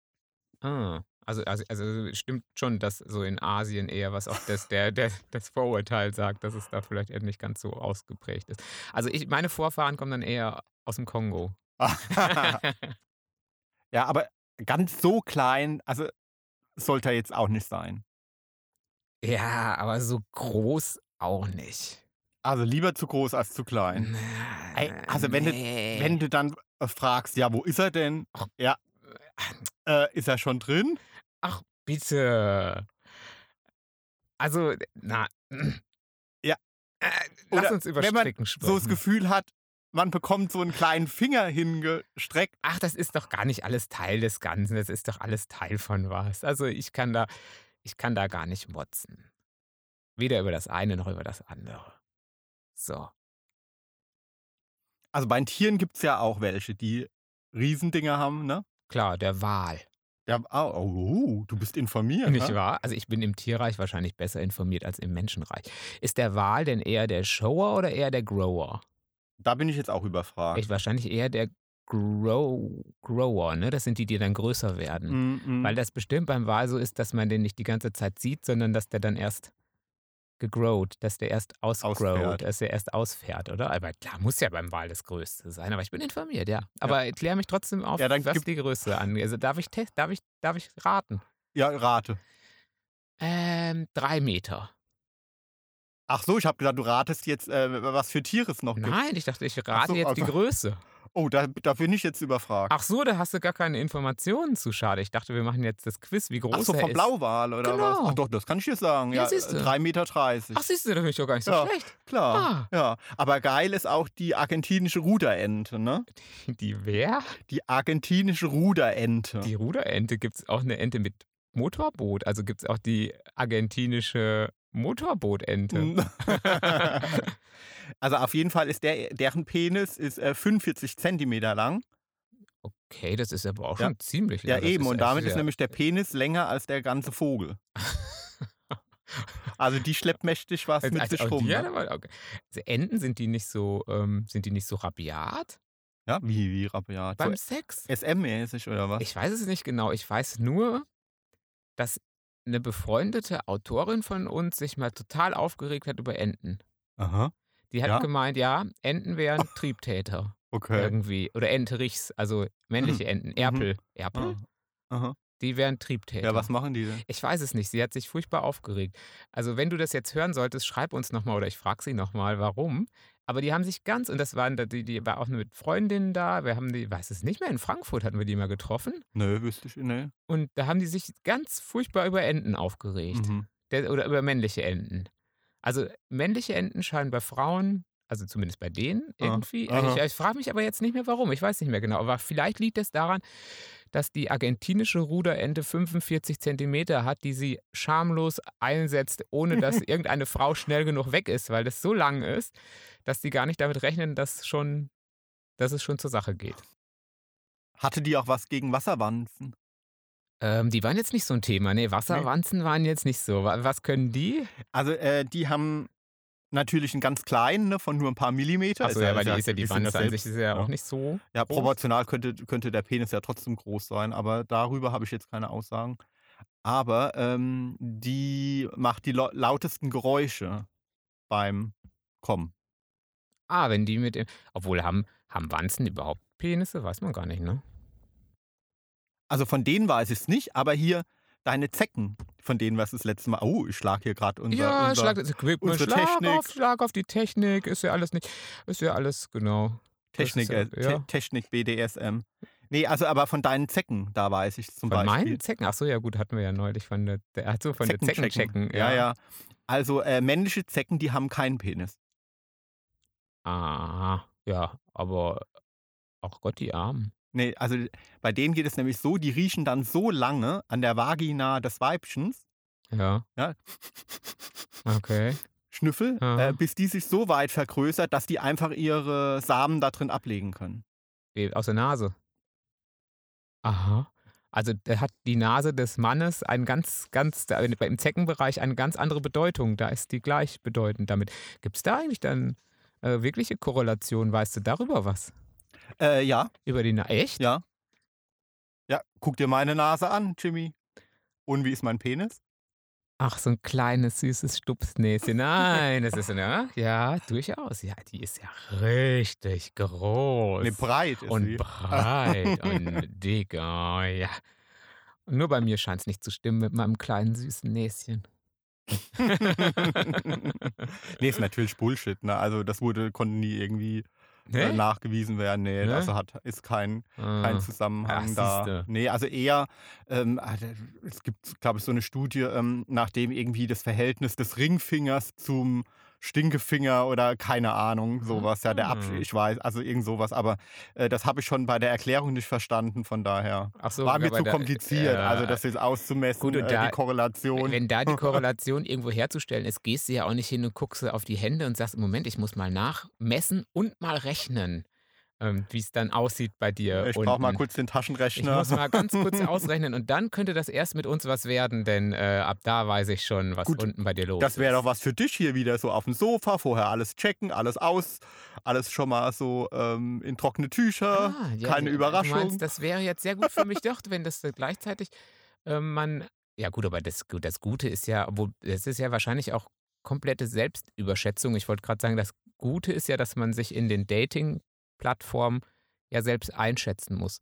Speaker 2: ah, also, also, also stimmt schon, dass so in Asien eher was auch das, der, der, das Vorurteil sagt, dass es da vielleicht eher nicht ganz so ausgeprägt ist. Also ich, meine Vorfahren kommen dann eher aus dem Kongo.
Speaker 1: ja, aber ganz so klein, also sollte er jetzt auch nicht sein.
Speaker 2: ja, aber so groß auch nicht.
Speaker 1: Also lieber zu groß als zu klein. Ey, also wenn du-
Speaker 2: nee.
Speaker 1: Wenn du dann äh, fragst, ja, wo ist er denn? Ja. Äh, ist er schon drin?
Speaker 2: Ach, bitte. Also, na.
Speaker 1: Ja.
Speaker 2: Äh,
Speaker 1: Oder
Speaker 2: lass uns über
Speaker 1: wenn man
Speaker 2: Stricken sprechen.
Speaker 1: So das Gefühl hat, man bekommt so einen kleinen Finger hingestreckt.
Speaker 2: Ach, das ist doch gar nicht alles Teil des Ganzen. Das ist doch alles Teil von was. Also, ich kann da, ich kann da gar nicht motzen. Weder über das eine noch über das andere. So.
Speaker 1: Also bei den Tieren gibt es ja auch welche, die Riesendinger haben, ne?
Speaker 2: Klar, der Wahl.
Speaker 1: Ja, oh, oh, du bist informiert.
Speaker 2: Nicht
Speaker 1: ne?
Speaker 2: wahr? Also ich bin im Tierreich wahrscheinlich besser informiert als im Menschenreich. Ist der Wal denn eher der Shower oder eher der Grower?
Speaker 1: Da bin ich jetzt auch überfragt.
Speaker 2: Ich wahrscheinlich eher der Grow Grower, ne? Das sind die, die dann größer werden.
Speaker 1: Mm, mm.
Speaker 2: Weil das bestimmt beim Wal so ist, dass man den nicht die ganze Zeit sieht, sondern dass der dann erst gegrowt, dass der erst ausgrowt,
Speaker 1: Ausfährt.
Speaker 2: dass der erst ausfährt, oder? Aber klar, muss ja beim Wal das Größte sein, aber ich bin informiert, ja. Aber erklär mich trotzdem auf,
Speaker 1: Ja, dann
Speaker 2: was
Speaker 1: gib-
Speaker 2: die Größe angeht. Also darf ich, te- darf ich, darf ich raten?
Speaker 1: Ja, rate.
Speaker 2: Ähm, drei Meter.
Speaker 1: Ach so, ich habe gedacht, du ratest jetzt, äh, was für Tiere es noch gibt.
Speaker 2: Nein, ich dachte, ich rate
Speaker 1: so,
Speaker 2: jetzt die
Speaker 1: also-
Speaker 2: Größe.
Speaker 1: Oh, da, da bin ich jetzt überfragt.
Speaker 2: Ach so, da hast du gar keine Informationen zu. Schade. Ich dachte, wir machen jetzt das Quiz, wie groß
Speaker 1: Ach so,
Speaker 2: er
Speaker 1: vom
Speaker 2: ist.
Speaker 1: Blauwal oder
Speaker 2: Genau.
Speaker 1: was? Ach doch, das kann ich dir sagen.
Speaker 2: Ja,
Speaker 1: Ja,
Speaker 2: siehst du.
Speaker 1: 3,30 Meter.
Speaker 2: Ach, siehst du, das finde ich doch gar nicht so
Speaker 1: Ja.
Speaker 2: schlecht.
Speaker 1: Klar.
Speaker 2: Ah,
Speaker 1: Ja, aber geil ist auch die argentinische Ruderente, ne?
Speaker 2: die wer?
Speaker 1: Die argentinische Ruderente.
Speaker 2: Die Ruderente gibt es auch eine Ente mit Motorboot. Also gibt es auch die argentinische Motorbootente.
Speaker 1: Hm. also auf jeden Fall ist der, deren Penis ist äh, 45 Zentimeter lang.
Speaker 2: okay, das ist aber auch
Speaker 1: Ja.
Speaker 2: schon ziemlich
Speaker 1: Ja,
Speaker 2: lang. Das also
Speaker 1: eben. Und
Speaker 2: echt
Speaker 1: damit ist
Speaker 2: sehr-
Speaker 1: nämlich der Penis länger als der ganze Vogel. also die schleppt mächtig was
Speaker 2: Also,
Speaker 1: mit
Speaker 2: also,
Speaker 1: sich
Speaker 2: auch
Speaker 1: rum.
Speaker 2: die
Speaker 1: Ne?
Speaker 2: hat aber- okay. also Enten sind die nicht so, ähm, sind die nicht so rabiat
Speaker 1: Ja, wie, wie, rabiat. So
Speaker 2: beim Sex?
Speaker 1: SM-mäßig oder was?
Speaker 2: Ich weiß es nicht genau. Ich weiß nur, dass eine befreundete Autorin von uns sich mal total aufgeregt hat über Enten.
Speaker 1: Aha,
Speaker 2: Die hat
Speaker 1: Ja?
Speaker 2: gemeint, ja, Enten wären Triebtäter
Speaker 1: okay.
Speaker 2: irgendwie. Oder Enterichs,
Speaker 1: Mhm.
Speaker 2: also männliche Enten. Erpel. Erpel?
Speaker 1: Ah, Aha.
Speaker 2: Die wären Triebtäter.
Speaker 1: Ja, was machen die denn?
Speaker 2: ich weiß es nicht. Sie hat sich furchtbar aufgeregt. Also, wenn du das jetzt hören solltest, schreib uns nochmal oder ich frage sie nochmal, warum. Aber die haben sich ganz, und das waren, da- die, die war auch mit Freundinnen da. Wir haben die, weiß es nicht mehr, in Frankfurt hatten wir die mal getroffen.
Speaker 1: Nö, wüsste ich, ne.
Speaker 2: Und da haben die sich ganz furchtbar über Enten aufgeregt.
Speaker 1: Mhm.
Speaker 2: Der, oder über männliche Enten. Also männliche Enten scheinen bei Frauen, also zumindest bei denen
Speaker 1: Ah,
Speaker 2: irgendwie. äh,
Speaker 1: aha.
Speaker 2: Ich, ich frage mich aber jetzt nicht mehr warum. Ich weiß nicht mehr genau. Aber vielleicht liegt es daran, dass die argentinische Ruderente 45 Zentimeter hat, die sie schamlos einsetzt, ohne dass irgendeine Frau schnell genug weg ist, weil das so lang ist, dass die gar nicht damit rechnen, dass schon, dass es schon zur Sache geht.
Speaker 1: Hatte die auch was gegen Wasserwanzen?
Speaker 2: Ähm, die waren jetzt nicht so ein Thema. Nee, Wasserwanzen waren jetzt nicht so. Wa- Was können die?
Speaker 1: Also, äh, die haben natürlich einen ganz kleinen, ne, von nur ein paar Millimeter.
Speaker 2: Achso, ja, weil die ist ja die
Speaker 1: sind
Speaker 2: Wanze an
Speaker 1: selbst-
Speaker 2: sich ist ja auch
Speaker 1: ja.
Speaker 2: nicht so.
Speaker 1: Ja,
Speaker 2: groß.
Speaker 1: proportional könnte, könnte der Penis ja trotzdem groß sein, aber darüber habe ich jetzt keine Aussagen. Aber ähm, die macht die lau- lautesten Geräusche beim Kommen.
Speaker 2: Ah, wenn die mit dem. Obwohl haben, haben Wanzen überhaupt Penisse? Weiß man gar nicht, ne?
Speaker 1: Also von denen weiß ich es nicht, aber hier deine Zecken, von denen war es das letzte Mal. Oh, ich schlag hier gerade unser,
Speaker 2: ja,
Speaker 1: unser
Speaker 2: Schlag, Equipment,
Speaker 1: unsere
Speaker 2: Schlag
Speaker 1: Technik.
Speaker 2: auf, Schlag auf die Technik, ist ja alles nicht. Ist ja alles, genau. Das
Speaker 1: Technik, äh,
Speaker 2: ist ja,
Speaker 1: Te
Speaker 2: ja.
Speaker 1: Technik BDSM. Nee, also aber von deinen Zecken, da weiß ich zum
Speaker 2: Von
Speaker 1: Beispiel.
Speaker 2: meinen Zecken? Achso, ja gut, hatten wir ja neulich von der, der achso, von der Zecken checken.
Speaker 1: Ja, ja. Also äh, männliche Zecken, die haben keinen Penis.
Speaker 2: Ah, ja, aber auch Gott, die Armen.
Speaker 1: Nee, also bei denen geht es nämlich so, die riechen dann so lange an der Vagina des Weibchens,
Speaker 2: Ja.
Speaker 1: Ja.
Speaker 2: Okay.
Speaker 1: Schnüffel,
Speaker 2: Aha.
Speaker 1: äh, bis die sich so weit vergrößert, dass die einfach ihre Samen da drin ablegen können.
Speaker 2: Eh, Aus der Nase. Aha. Also da hat die Nase des Mannes einen ganz, ganz, da- im Zeckenbereich eine ganz andere Bedeutung. Da ist die gleichbedeutend damit. Gibt es da eigentlich dann äh, wirkliche Korrelation? Weißt du darüber was?
Speaker 1: Äh, ja,
Speaker 2: Über die Nase? Echt?
Speaker 1: ja. Ja, guck dir meine Nase an, Jimmy. Und wie ist mein Penis?
Speaker 2: Ach, so ein kleines, süßes Stupsnäschen. Nein, das ist, ne? Ja, durchaus. Ja, die ist ja richtig groß.
Speaker 1: Nee, Ne, breit ist
Speaker 2: und
Speaker 1: sie.
Speaker 2: breit und dick. Oh, ja. Und nur bei mir scheint es nicht zu stimmen mit meinem kleinen süßen Näschen.
Speaker 1: Äh, nee, ist natürlich Bullshit, ne? Also das wurde, konnte nie irgendwie äh, nachgewiesen werden. Nee,
Speaker 2: Ne?
Speaker 1: also hat, ist kein, kein
Speaker 2: Ah.
Speaker 1: Zusammenhang
Speaker 2: Ach,
Speaker 1: da.
Speaker 2: siehste.
Speaker 1: Nee, also eher, ähm, ah, da- es gibt, glaube ich, so eine Studie, ähm, nachdem irgendwie das Verhältnis des Ringfingers zum Stinkefinger oder keine Ahnung, sowas, ja, der Absch
Speaker 2: Ah.
Speaker 1: ich weiß, also irgend sowas, aber äh, das habe ich schon bei der Erklärung nicht verstanden, von daher.
Speaker 2: Ach so,
Speaker 1: War mir
Speaker 2: aber
Speaker 1: zu
Speaker 2: da-
Speaker 1: kompliziert, also
Speaker 2: äh,
Speaker 1: das jetzt auszumessen,
Speaker 2: gut, und
Speaker 1: äh,
Speaker 2: da-
Speaker 1: die Korrelation.
Speaker 2: Wenn da die Korrelation irgendwo herzustellen ist, gehst du ja auch nicht hin und guckst auf die Hände und sagst, Moment, ich muss mal nachmessen und mal rechnen, ähm, wie es dann aussieht bei dir.
Speaker 1: ich brauche mal
Speaker 2: unten.
Speaker 1: kurz den
Speaker 2: Ich
Speaker 1: Taschenrechner.
Speaker 2: muss mal ganz kurz ausrechnen und dann könnte das erst mit uns was werden, denn äh, ab da weiß ich schon, was
Speaker 1: Gut,
Speaker 2: unten bei dir los
Speaker 1: Das wäre
Speaker 2: ist.
Speaker 1: doch was für dich hier wieder, so auf dem Sofa, vorher alles checken, alles aus, alles schon mal so ähm, in trockene Tücher,
Speaker 2: Ah, ja,
Speaker 1: keine
Speaker 2: du- Du
Speaker 1: Überraschung.
Speaker 2: meinst, das wäre jetzt sehr gut für mich, doch, wenn das ähm, so gleichzeitig äh, man. Ja, gut, aber das, gut, das Gute ist ja, obwohl, das ist ja wahrscheinlich auch komplette Selbstüberschätzung. Ich wollte gerade sagen, das Gute ist ja, dass man sich in den Dating-Plattformen ja selbst einschätzen muss.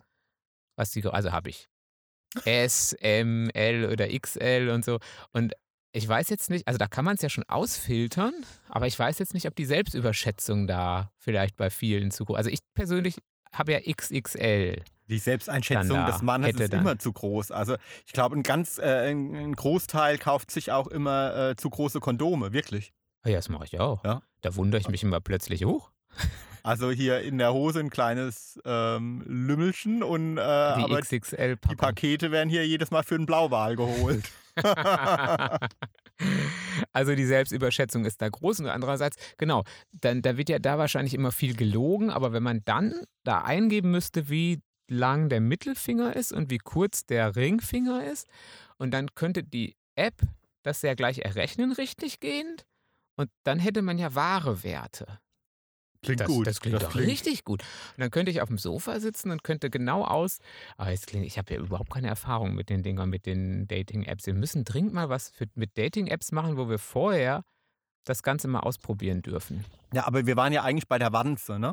Speaker 2: Was die, also habe ich. S, M, L oder XL und so. Und ich weiß jetzt nicht, also da kann man es ja schon ausfiltern, aber ich weiß jetzt nicht, ob die Selbstüberschätzung da vielleicht bei vielen zu groß. Also ich persönlich habe ja XXL.
Speaker 1: Die Selbsteinschätzung
Speaker 2: Dann da
Speaker 1: des Mannes
Speaker 2: hätte
Speaker 1: ist
Speaker 2: dann-
Speaker 1: immer zu groß. Also ich glaube, ein ganz äh, ein ein Großteil kauft sich auch immer äh, zu große Kondome, wirklich.
Speaker 2: Ah Ja, das mache ich auch.
Speaker 1: Ja.
Speaker 2: Da wundere ich mich immer plötzlich hoch.
Speaker 1: Also hier in der Hose ein kleines ähm, Lümmelchen und äh,
Speaker 2: Die
Speaker 1: aber
Speaker 2: XXL
Speaker 1: die
Speaker 2: Packung.
Speaker 1: Pakete werden hier jedes Mal für einen Blauwal geholt.
Speaker 2: also die Selbstüberschätzung ist da groß und andererseits, genau, dann da wird ja da wahrscheinlich immer viel gelogen, aber wenn man dann da eingeben müsste, wie lang der Mittelfinger ist und wie kurz der Ringfinger ist und dann könnte die App das ja gleich errechnen richtig gehend und dann hätte man ja wahre Werte.
Speaker 1: Klingt
Speaker 2: Das,
Speaker 1: gut.
Speaker 2: das klingt doch richtig gut. Und dann könnte ich auf dem Sofa sitzen und könnte genau aus. Aber jetzt klingt, ich habe ja überhaupt keine Erfahrung mit den Dingern, mit den Dating-Apps. Wir müssen dringend mal was für, mit Dating-Apps machen, wo wir vorher das Ganze mal ausprobieren dürfen.
Speaker 1: Ja, aber wir waren ja eigentlich bei der Wanze, ne?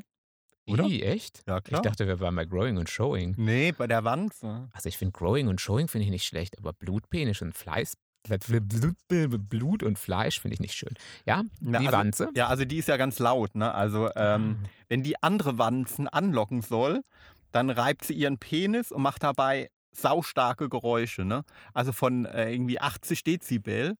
Speaker 1: Oder? Hm.
Speaker 2: Ih, echt?
Speaker 1: Ja,
Speaker 2: Ich dachte, wir waren bei Growing und Showing.
Speaker 1: nee, bei der Wanze.
Speaker 2: Also ich finde Growing und Showing finde ich nicht schlecht, aber Blutpenis und Fleiß. Blut und Fleisch finde ich nicht schön. Ja,
Speaker 1: Na,
Speaker 2: die
Speaker 1: also,
Speaker 2: Wanze. Hm,
Speaker 1: Ja, also die ist ja ganz laut, ne? Also ähm, wenn die andere Wanzen anlocken soll, dann reibt sie ihren Penis und macht dabei saustarke Geräusche. Ne? Also von äh, irgendwie 80 Dezibel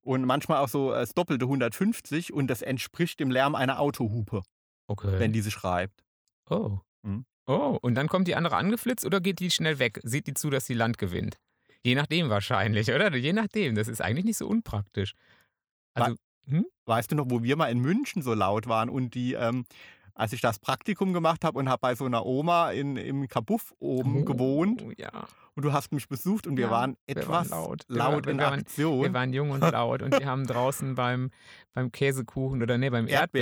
Speaker 1: und manchmal auch so äh, das doppelte 150 und das entspricht dem Lärm einer Autohupe,
Speaker 2: okay.
Speaker 1: wenn diese schreibt.
Speaker 2: Oh.
Speaker 1: Mhm.
Speaker 2: Oh, und dann kommt die andere angeflitzt oder geht die schnell weg? Sieht die zu, dass sie Land gewinnt? Je nachdem wahrscheinlich, oder? Je nachdem. Das ist eigentlich nicht so unpraktisch. Also,
Speaker 1: Weißt du noch, wo wir mal in München so laut waren und die, ähm, als ich das Praktikum gemacht habe und habe bei so einer Oma in, im Kabuff oben
Speaker 2: oh,
Speaker 1: gewohnt
Speaker 2: Ja.
Speaker 1: und du hast mich besucht und wir
Speaker 2: Ja,
Speaker 1: waren
Speaker 2: wir waren
Speaker 1: etwas
Speaker 2: laut. Wir
Speaker 1: laut
Speaker 2: waren-
Speaker 1: in
Speaker 2: wir waren-
Speaker 1: Aktion.
Speaker 2: Wir waren jung und laut und wir haben draußen beim, beim Käsekuchen oder nee, beim
Speaker 1: Erdbeerkuchen.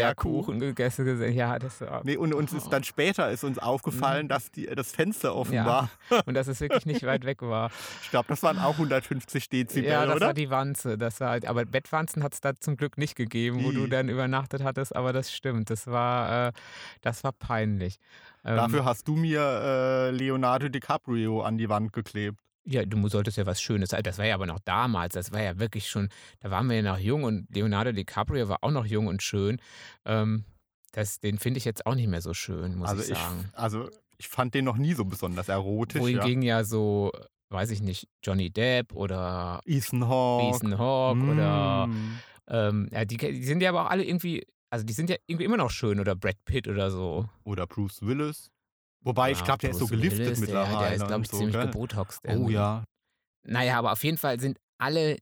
Speaker 2: Erdbeerkuchen gegessen. gesehen. Ja, das war.
Speaker 1: Nee, und uns ist dann später ist uns aufgefallen,
Speaker 2: Mhm.
Speaker 1: dass die, äh, das Fenster offen
Speaker 2: Ja.
Speaker 1: war.
Speaker 2: Und dass es wirklich nicht weit weg war.
Speaker 1: Ich glaube, das waren auch 150 Dezibel,
Speaker 2: ja, das
Speaker 1: oder?
Speaker 2: war die Wanze. Das war, aber Bettwanzen hat es da zum Glück nicht gegeben, wo du
Speaker 1: Die.
Speaker 2: dann übernachtet hattest. Aber das stimmt. Das war, äh, das war peinlich. Ähm,
Speaker 1: Dafür hast du mir äh, Leonardo DiCaprio an die Wand geklebt.
Speaker 2: Ja, du solltest ja was Schönes. Also Das war ja aber noch damals. Das war ja wirklich schon. Da waren wir ja noch jung und Leonardo DiCaprio war auch noch jung und schön. Ähm, das, den finde ich jetzt auch nicht mehr so schön, muss
Speaker 1: also,
Speaker 2: ich sagen.
Speaker 1: also ich fand den noch nie so besonders erotisch. ja.
Speaker 2: Wohingegen ja. so, weiß ich nicht, Johnny Depp oder
Speaker 1: Ethan Hawke.
Speaker 2: Ethan Hawke oder
Speaker 1: Mm.
Speaker 2: Ähm, ja, die, die sind ja aber auch alle irgendwie, also die sind ja irgendwie immer noch schön oder Brad Pitt oder so.
Speaker 1: Oder Bruce Willis. Wobei, Ah, ich
Speaker 2: Ja,
Speaker 1: glaube, der ist so
Speaker 2: Bruce
Speaker 1: geliftet
Speaker 2: Willis,
Speaker 1: mittlerweile.
Speaker 2: Der, der ist,
Speaker 1: und
Speaker 2: glaube ich,
Speaker 1: so,
Speaker 2: ziemlich Ähm.
Speaker 1: gell?
Speaker 2: gebotoxt.
Speaker 1: Oh
Speaker 2: irgendwie.
Speaker 1: ja.
Speaker 2: Naja, aber auf jeden Fall sind alle,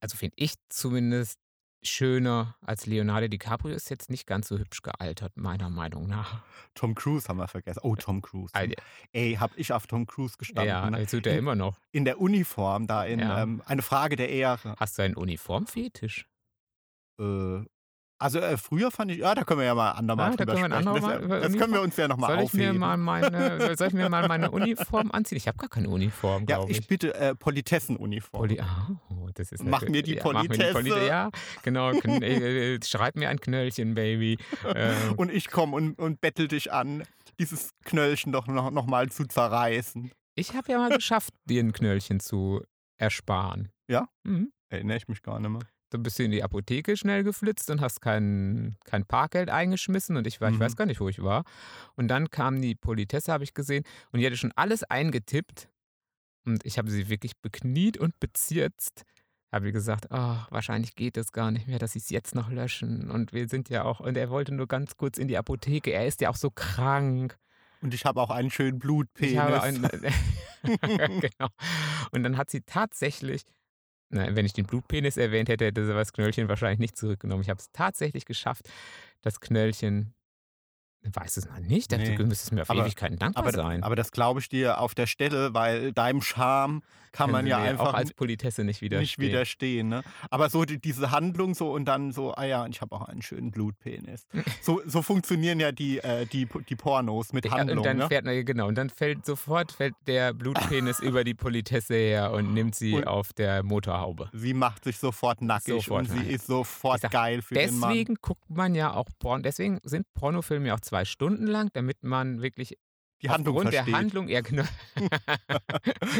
Speaker 2: also finde ich zumindest, schöner als Leonardo DiCaprio ist jetzt nicht ganz so hübsch gealtert, meiner Meinung nach.
Speaker 1: Tom Cruise haben wir vergessen. Oh, Tom Cruise.
Speaker 2: Also,
Speaker 1: Ey, hab ich auf Tom Cruise gestanden.
Speaker 2: ja,
Speaker 1: ne?
Speaker 2: jetzt tut er
Speaker 1: In-
Speaker 2: immer noch.
Speaker 1: In der Uniform da in
Speaker 2: Ja.
Speaker 1: ähm, eine Frage der Ehre.
Speaker 2: Hast du einen Uniformfetisch?
Speaker 1: Äh, also äh, früher fand ich, ja, da können wir ja mal andermal
Speaker 2: Ah, da
Speaker 1: drüber
Speaker 2: können wir ein
Speaker 1: sprechen.
Speaker 2: andermal
Speaker 1: das äh,
Speaker 2: über
Speaker 1: das können wir uns ja nochmal
Speaker 2: Soll ich, mir
Speaker 1: aufheben.
Speaker 2: mal meine, soll ich mir mal meine Uniform anziehen? Ich habe gar keine Uniform,
Speaker 1: ja,
Speaker 2: glaube
Speaker 1: ich bitte äh, Politessenuniform.
Speaker 2: Poli oh, das ist
Speaker 1: Mach
Speaker 2: natürlich-
Speaker 1: mir die
Speaker 2: ja, mach mir die
Speaker 1: Politesse.
Speaker 2: Polite- ja, genau. Kn äh, äh, schreib mir ein Knöllchen, Baby. Ähm,
Speaker 1: und ich komme und, und bettel dich an, dieses Knöllchen doch noch, noch mal zu zerreißen.
Speaker 2: ich habe ja mal geschafft, dir ein Knöllchen zu ersparen.
Speaker 1: Ja?
Speaker 2: Mhm.
Speaker 1: Erinnere ich mich gar nicht mehr.
Speaker 2: So ein bisschen in die Apotheke schnell geflitzt und hast kein, kein Parkgeld eingeschmissen und ich war, ich
Speaker 1: Mhm.
Speaker 2: weiß gar nicht, wo ich war. Und dann kam die Politesse, habe ich gesehen, und die hatte schon alles eingetippt. Und ich habe sie wirklich bekniet und bezirzt. Habe ihr gesagt, "Ah, wahrscheinlich geht es gar nicht mehr, dass sie es jetzt noch löschen. Und wir sind ja auch, und er wollte nur ganz kurz in die Apotheke. Er ist ja auch so krank.
Speaker 1: Und ich habe auch einen schönen Blutpenis.
Speaker 2: Ich habe ein, genau. Und dann hat sie tatsächlich, na, wenn ich den Blutpenis erwähnt hätte, hätte sie das Knöllchen wahrscheinlich nicht zurückgenommen. Ich habe es tatsächlich geschafft, das Knöllchen Weiß es noch nicht. Da
Speaker 1: Nee.
Speaker 2: du müsstest mir auf
Speaker 1: Aber-
Speaker 2: Ewigkeiten dankbar
Speaker 1: Aber,
Speaker 2: sein.
Speaker 1: aber das glaube ich dir auf der Stelle, weil deinem Charme kann man
Speaker 2: Können
Speaker 1: ja
Speaker 2: wir auch
Speaker 1: einfach
Speaker 2: als Politesse nicht widerstehen.
Speaker 1: nicht widerstehen. Ne? Aber so die, diese Handlung so und dann so, ah ja, ich habe auch einen schönen Blutpenis. So, so funktionieren ja die, äh, die, die Pornos mit
Speaker 2: Ja,
Speaker 1: Handlung.
Speaker 2: und dann
Speaker 1: ne?
Speaker 2: fährt na, genau und dann fällt sofort fällt der Blutpenis über die Politesse her und nimmt sie
Speaker 1: Und-
Speaker 2: auf der Motorhaube.
Speaker 1: Sie macht sich sofort nackig
Speaker 2: Sofort
Speaker 1: und sie
Speaker 2: nackig.
Speaker 1: ist sofort
Speaker 2: Ich sag,
Speaker 1: geil für den Mann.
Speaker 2: Deswegen guckt man ja auch Porn. Deswegen sind Pornofilme ja auch zwei Stunden lang, damit man wirklich
Speaker 1: Die Handlung
Speaker 2: aufgrund der
Speaker 1: versteht.
Speaker 2: Handlung ja genau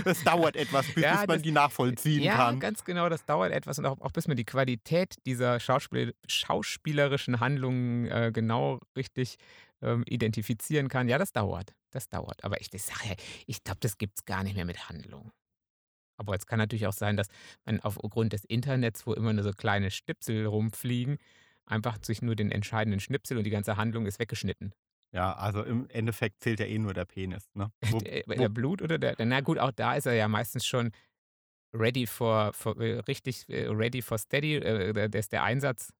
Speaker 1: Es dauert etwas, bis
Speaker 2: Ja,
Speaker 1: man
Speaker 2: das-
Speaker 1: die nachvollziehen
Speaker 2: ja,
Speaker 1: kann.
Speaker 2: ganz genau, das dauert etwas und auch, auch bis man die Qualität dieser Schauspiel schauspielerischen Handlungen äh, genau richtig ähm, identifizieren kann. Ja, das dauert. Das dauert. Aber ich das sag ja, ich glaube, das gibt es gar nicht mehr mit Handlung. Aber es kann natürlich auch sein, dass man aufgrund des Internets, wo immer nur so kleine Schnipsel rumfliegen, einfach sich nur den entscheidenden Schnipsel und die ganze Handlung ist weggeschnitten.
Speaker 1: Ja, also im Endeffekt zählt ja eh nur der Penis. Ne? Wo,
Speaker 2: Der, äh,
Speaker 1: wo-
Speaker 2: der Blut oder der, der. Na gut, auch da ist er ja meistens schon ready for, for äh, richtig äh, ready for steady. Äh, der, der ist der Einsatz.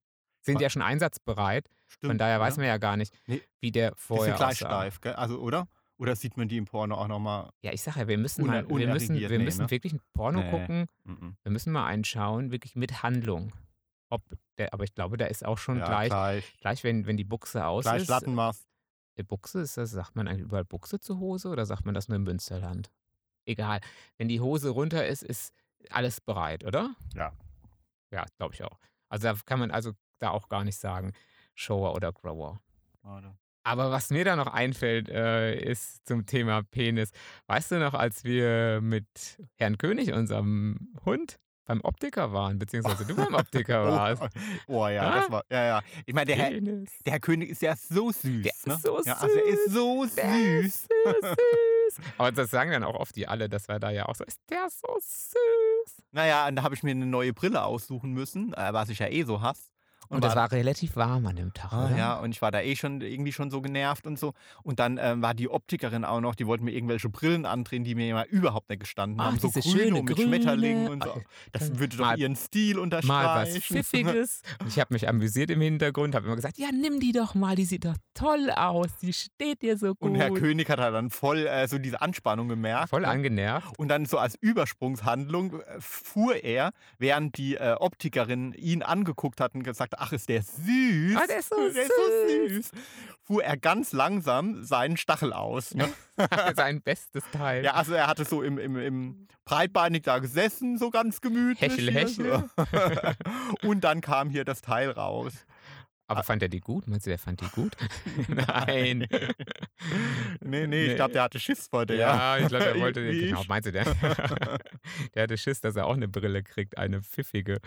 Speaker 2: Sind
Speaker 1: Wa-
Speaker 2: ja schon einsatzbereit.
Speaker 1: stimmt,
Speaker 2: Von daher weiß
Speaker 1: ne?
Speaker 2: man ja gar nicht,
Speaker 1: Nee.
Speaker 2: wie der
Speaker 1: Die sind
Speaker 2: vorher
Speaker 1: gleich
Speaker 2: aussah.
Speaker 1: steif, gell? Also, oder? Oder sieht man die im Porno auch nochmal?
Speaker 2: Ja, ich sage ja, wir müssen
Speaker 1: Uner-
Speaker 2: mal, wir müssen,
Speaker 1: unerregiert,
Speaker 2: wir
Speaker 1: nee,
Speaker 2: müssen
Speaker 1: ne?
Speaker 2: wirklich ein Porno
Speaker 1: Nee.
Speaker 2: gucken.
Speaker 1: Mhm.
Speaker 2: Wir müssen mal einschauen, wirklich mit Handlung. Ob der, aber ich glaube, da ist auch schon
Speaker 1: Ja,
Speaker 2: gleich,
Speaker 1: gleich,
Speaker 2: gleich wenn, wenn die Buchse aus
Speaker 1: gleich
Speaker 2: ist.
Speaker 1: Lattenmaß.
Speaker 2: Äh, Buchse ist das, sagt man eigentlich überall Buchse zur Hose oder sagt man das nur im Münsterland? Egal. Wenn die Hose runter ist, ist alles bereit, oder?
Speaker 1: Ja.
Speaker 2: Ja, glaube ich auch. Also da kann man also da auch gar nicht sagen, Shower oder Grower.
Speaker 1: Warte.
Speaker 2: Aber was mir da noch einfällt, äh, ist zum Thema Penis. Weißt du noch, als wir mit Herrn König, unserem Hund, beim Optiker waren, beziehungsweise du beim Optiker warst?
Speaker 1: Oh, oh ja,
Speaker 2: Ah.
Speaker 1: das war. Ja, ja. Ich meine, der, Herr,
Speaker 2: Penis.
Speaker 1: der Herr König ist ja so süß.
Speaker 2: Der ist
Speaker 1: ne?
Speaker 2: so
Speaker 1: ja, Also, er ist
Speaker 2: süß.
Speaker 1: so
Speaker 2: Der
Speaker 1: süß.
Speaker 2: ist süß, süß. Aber das sagen dann auch oft die alle, dass wir da ja auch so, ist der so süß.
Speaker 1: Naja, und da habe ich mir eine neue Brille aussuchen müssen, äh, was ich ja eh so hasse.
Speaker 2: Und, das war relativ warm an dem Tag,
Speaker 1: Ah,
Speaker 2: oder?
Speaker 1: ja, und ich war da eh schon irgendwie schon so genervt und so. Und dann ähm, war die Optikerin auch noch, die wollte mir irgendwelche Brillen andrehen, die mir ja überhaupt nicht gestanden
Speaker 2: Ah,
Speaker 1: haben. So
Speaker 2: diese
Speaker 1: grüne
Speaker 2: schöne
Speaker 1: mit
Speaker 2: grüne.
Speaker 1: Schmetterlingen und
Speaker 2: Ah,
Speaker 1: so. Das
Speaker 2: dann
Speaker 1: würde doch
Speaker 2: mal-
Speaker 1: ihren Stil unterstreichen.
Speaker 2: Mal was Pfiffiges. Und ich habe mich amüsiert im Hintergrund, habe immer gesagt, ja, nimm die doch mal, die sieht doch toll aus, die steht dir so gut.
Speaker 1: Und Herr König hat halt dann voll äh, so diese Anspannung gemerkt.
Speaker 2: Voll
Speaker 1: ne?
Speaker 2: angenervt.
Speaker 1: Und dann so als Übersprungshandlung äh, fuhr er, während die äh, Optikerin ihn angeguckt hat und gesagt, ach, ist der süß.
Speaker 2: Ah, der ist so
Speaker 1: süß. Fuhr er ganz langsam seinen Stachel aus. Ne?
Speaker 2: Sein bestes Teil.
Speaker 1: Ja, also er hatte so im, im, im breitbeinig da gesessen, so ganz gemütlich.
Speaker 2: Hechel,
Speaker 1: hier,
Speaker 2: hechel.
Speaker 1: So. Und dann kam hier das Teil raus.
Speaker 2: Aber fand er die gut? Meinst du, der fand die gut? Nein.
Speaker 1: Nee, nee, ich glaube, der hatte Schiss vor der.
Speaker 2: Ja, ich glaube, der wollte.
Speaker 1: Wie ich.
Speaker 2: genau, meinst du, der, der hatte Schiss, dass er auch eine Brille kriegt, eine pfiffige.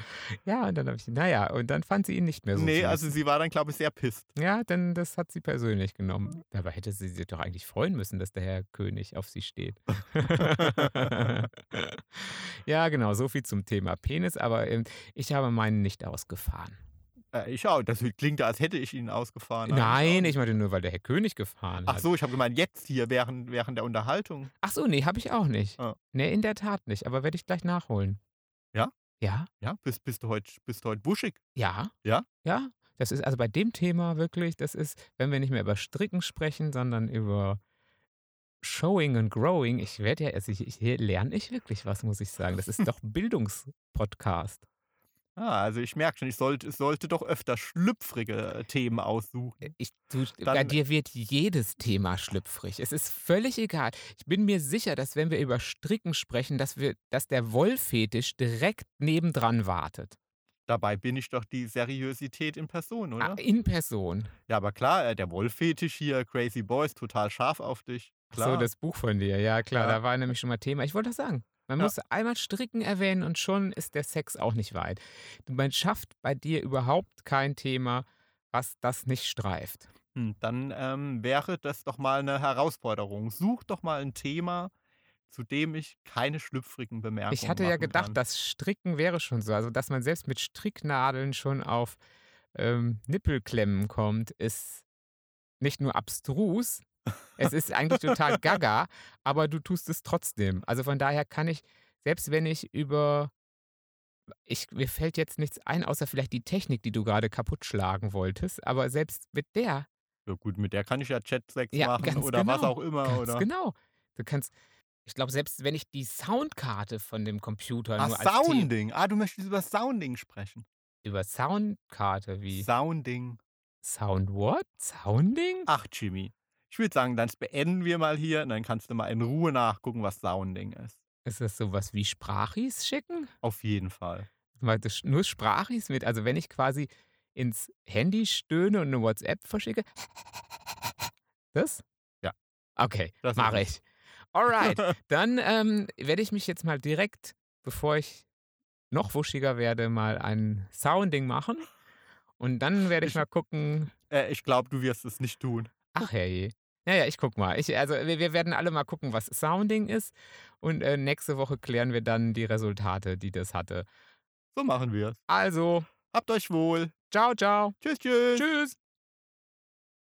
Speaker 2: Ja, und dann habe ich, naja, und dann fand sie ihn nicht mehr so.
Speaker 1: Nee,
Speaker 2: süß.
Speaker 1: also sie war dann, glaube ich, sehr pisst.
Speaker 2: Ja, dann das hat sie persönlich genommen. Dabei hätte sie sich doch eigentlich freuen müssen, dass der Herr König auf sie steht. ja, genau, so viel zum Thema Penis, aber ähm, ich habe meinen nicht ausgefahren.
Speaker 1: Äh, ich schau, das klingt, als hätte Ah, ich ihn ausgefahren. aber
Speaker 2: Nein,
Speaker 1: auch-
Speaker 2: ich meinte nur, weil der Herr König gefahren
Speaker 1: Ach
Speaker 2: hat.
Speaker 1: so, ich habe gemeint, jetzt hier während, während der Unterhaltung.
Speaker 2: Ach so, nee, habe ich auch nicht.
Speaker 1: Ah.
Speaker 2: Nee, in der Tat nicht, aber werde ich gleich nachholen.
Speaker 1: Ja?
Speaker 2: Ja?
Speaker 1: Ja, bist, bist du heute bist du heut buschig?
Speaker 2: Ja.
Speaker 1: Ja?
Speaker 2: Ja. Das ist also bei dem Thema wirklich, das ist, wenn wir nicht mehr über Stricken sprechen, sondern über Showing und Growing. Ich werde ja, also ich, ich, hier lerne ich wirklich was, muss ich sagen. Das ist doch Bildungspodcast.
Speaker 1: Ah, also ich merke schon, ich sollte, ich sollte doch öfter schlüpfrige Themen aussuchen.
Speaker 2: Äh, Ich, du, bei
Speaker 1: Dann-
Speaker 2: dir wird jedes Thema schlüpfrig. Es ist völlig egal. Ich bin mir sicher, dass wenn wir über Stricken sprechen, dass, wir, dass der Wollfetisch direkt nebendran wartet.
Speaker 1: Dabei bin ich doch die Seriosität in Person, oder?
Speaker 2: Ah, In Person.
Speaker 1: Ja, aber klar, äh, der Wollfetisch hier, Crazy Boys, total scharf auf dich.
Speaker 2: Ach
Speaker 1: Klar.
Speaker 2: So, das Buch von dir, ja klar,
Speaker 1: Ja.
Speaker 2: da war nämlich schon mal Thema. Ich wollte das sagen. Man
Speaker 1: Ja.
Speaker 2: muss einmal Stricken erwähnen und schon ist der Sex auch nicht weit. Du- Man schafft bei dir überhaupt kein Thema, was das nicht streift.
Speaker 1: hm, dann ähm, wäre das doch mal eine Herausforderung. Such doch mal ein Thema, zu dem ich keine schlüpfrigen Bemerkungen
Speaker 2: ich hatte ja
Speaker 1: oh, machen
Speaker 2: gedacht,
Speaker 1: kann.
Speaker 2: das Stricken wäre schon so. Also, dass man selbst mit Stricknadeln schon auf ähm, Nippelklemmen kommt, ist nicht nur abstrus, es ist eigentlich total gaga, aber du tust es trotzdem. Also von daher kann ich, selbst wenn ich über. Ich, mir fällt jetzt nichts ein, außer vielleicht die Technik, die du gerade kaputt schlagen wolltest. Aber selbst mit der
Speaker 1: Ja, gut, mit der kann ich ja Chat-Sex
Speaker 2: Ja,
Speaker 1: machen
Speaker 2: ganz
Speaker 1: oder was
Speaker 2: genau,
Speaker 1: auch immer.
Speaker 2: Ganz
Speaker 1: Ah, oder?
Speaker 2: genau. Du kannst, ich glaube, selbst wenn ich die Soundkarte von dem Computer nur
Speaker 1: Ach,
Speaker 2: als T-
Speaker 1: Sounding. Ah, du möchtest über Sounding sprechen.
Speaker 2: über Soundkarte wie
Speaker 1: Sounding.
Speaker 2: Sound what? Sounding?
Speaker 1: Ach, Jimmy. Ich würde sagen, dann beenden wir mal hier und dann kannst du mal in Ruhe nachgucken, was Sounding ist.
Speaker 2: Ist das sowas wie Sprachis schicken?
Speaker 1: Auf jeden Fall.
Speaker 2: Weil das nur Sprachis mit, also wenn ich quasi ins Handy stöhne und eine WhatsApp verschicke. Das?
Speaker 1: Ja.
Speaker 2: Okay,
Speaker 1: Das ist
Speaker 2: mache
Speaker 1: es.
Speaker 2: ich. Alright, dann ähm, werde ich mich jetzt mal direkt, bevor ich noch wuschiger werde, mal ein Sounding machen. Und dann werde ich
Speaker 1: Ich-
Speaker 2: mal gucken.
Speaker 1: Äh, ich glaube, du wirst es nicht tun.
Speaker 2: Ach herrje. Naja, ich guck mal. Ich, also wir, wir werden alle mal gucken, was Sounding ist. Und äh, nächste Woche klären wir dann die Resultate, die das hatte.
Speaker 1: So machen wir es.
Speaker 2: Also,
Speaker 1: Habt euch wohl.
Speaker 2: ciao, ciao.
Speaker 1: Tschüss, tschüss.
Speaker 2: Tschüss.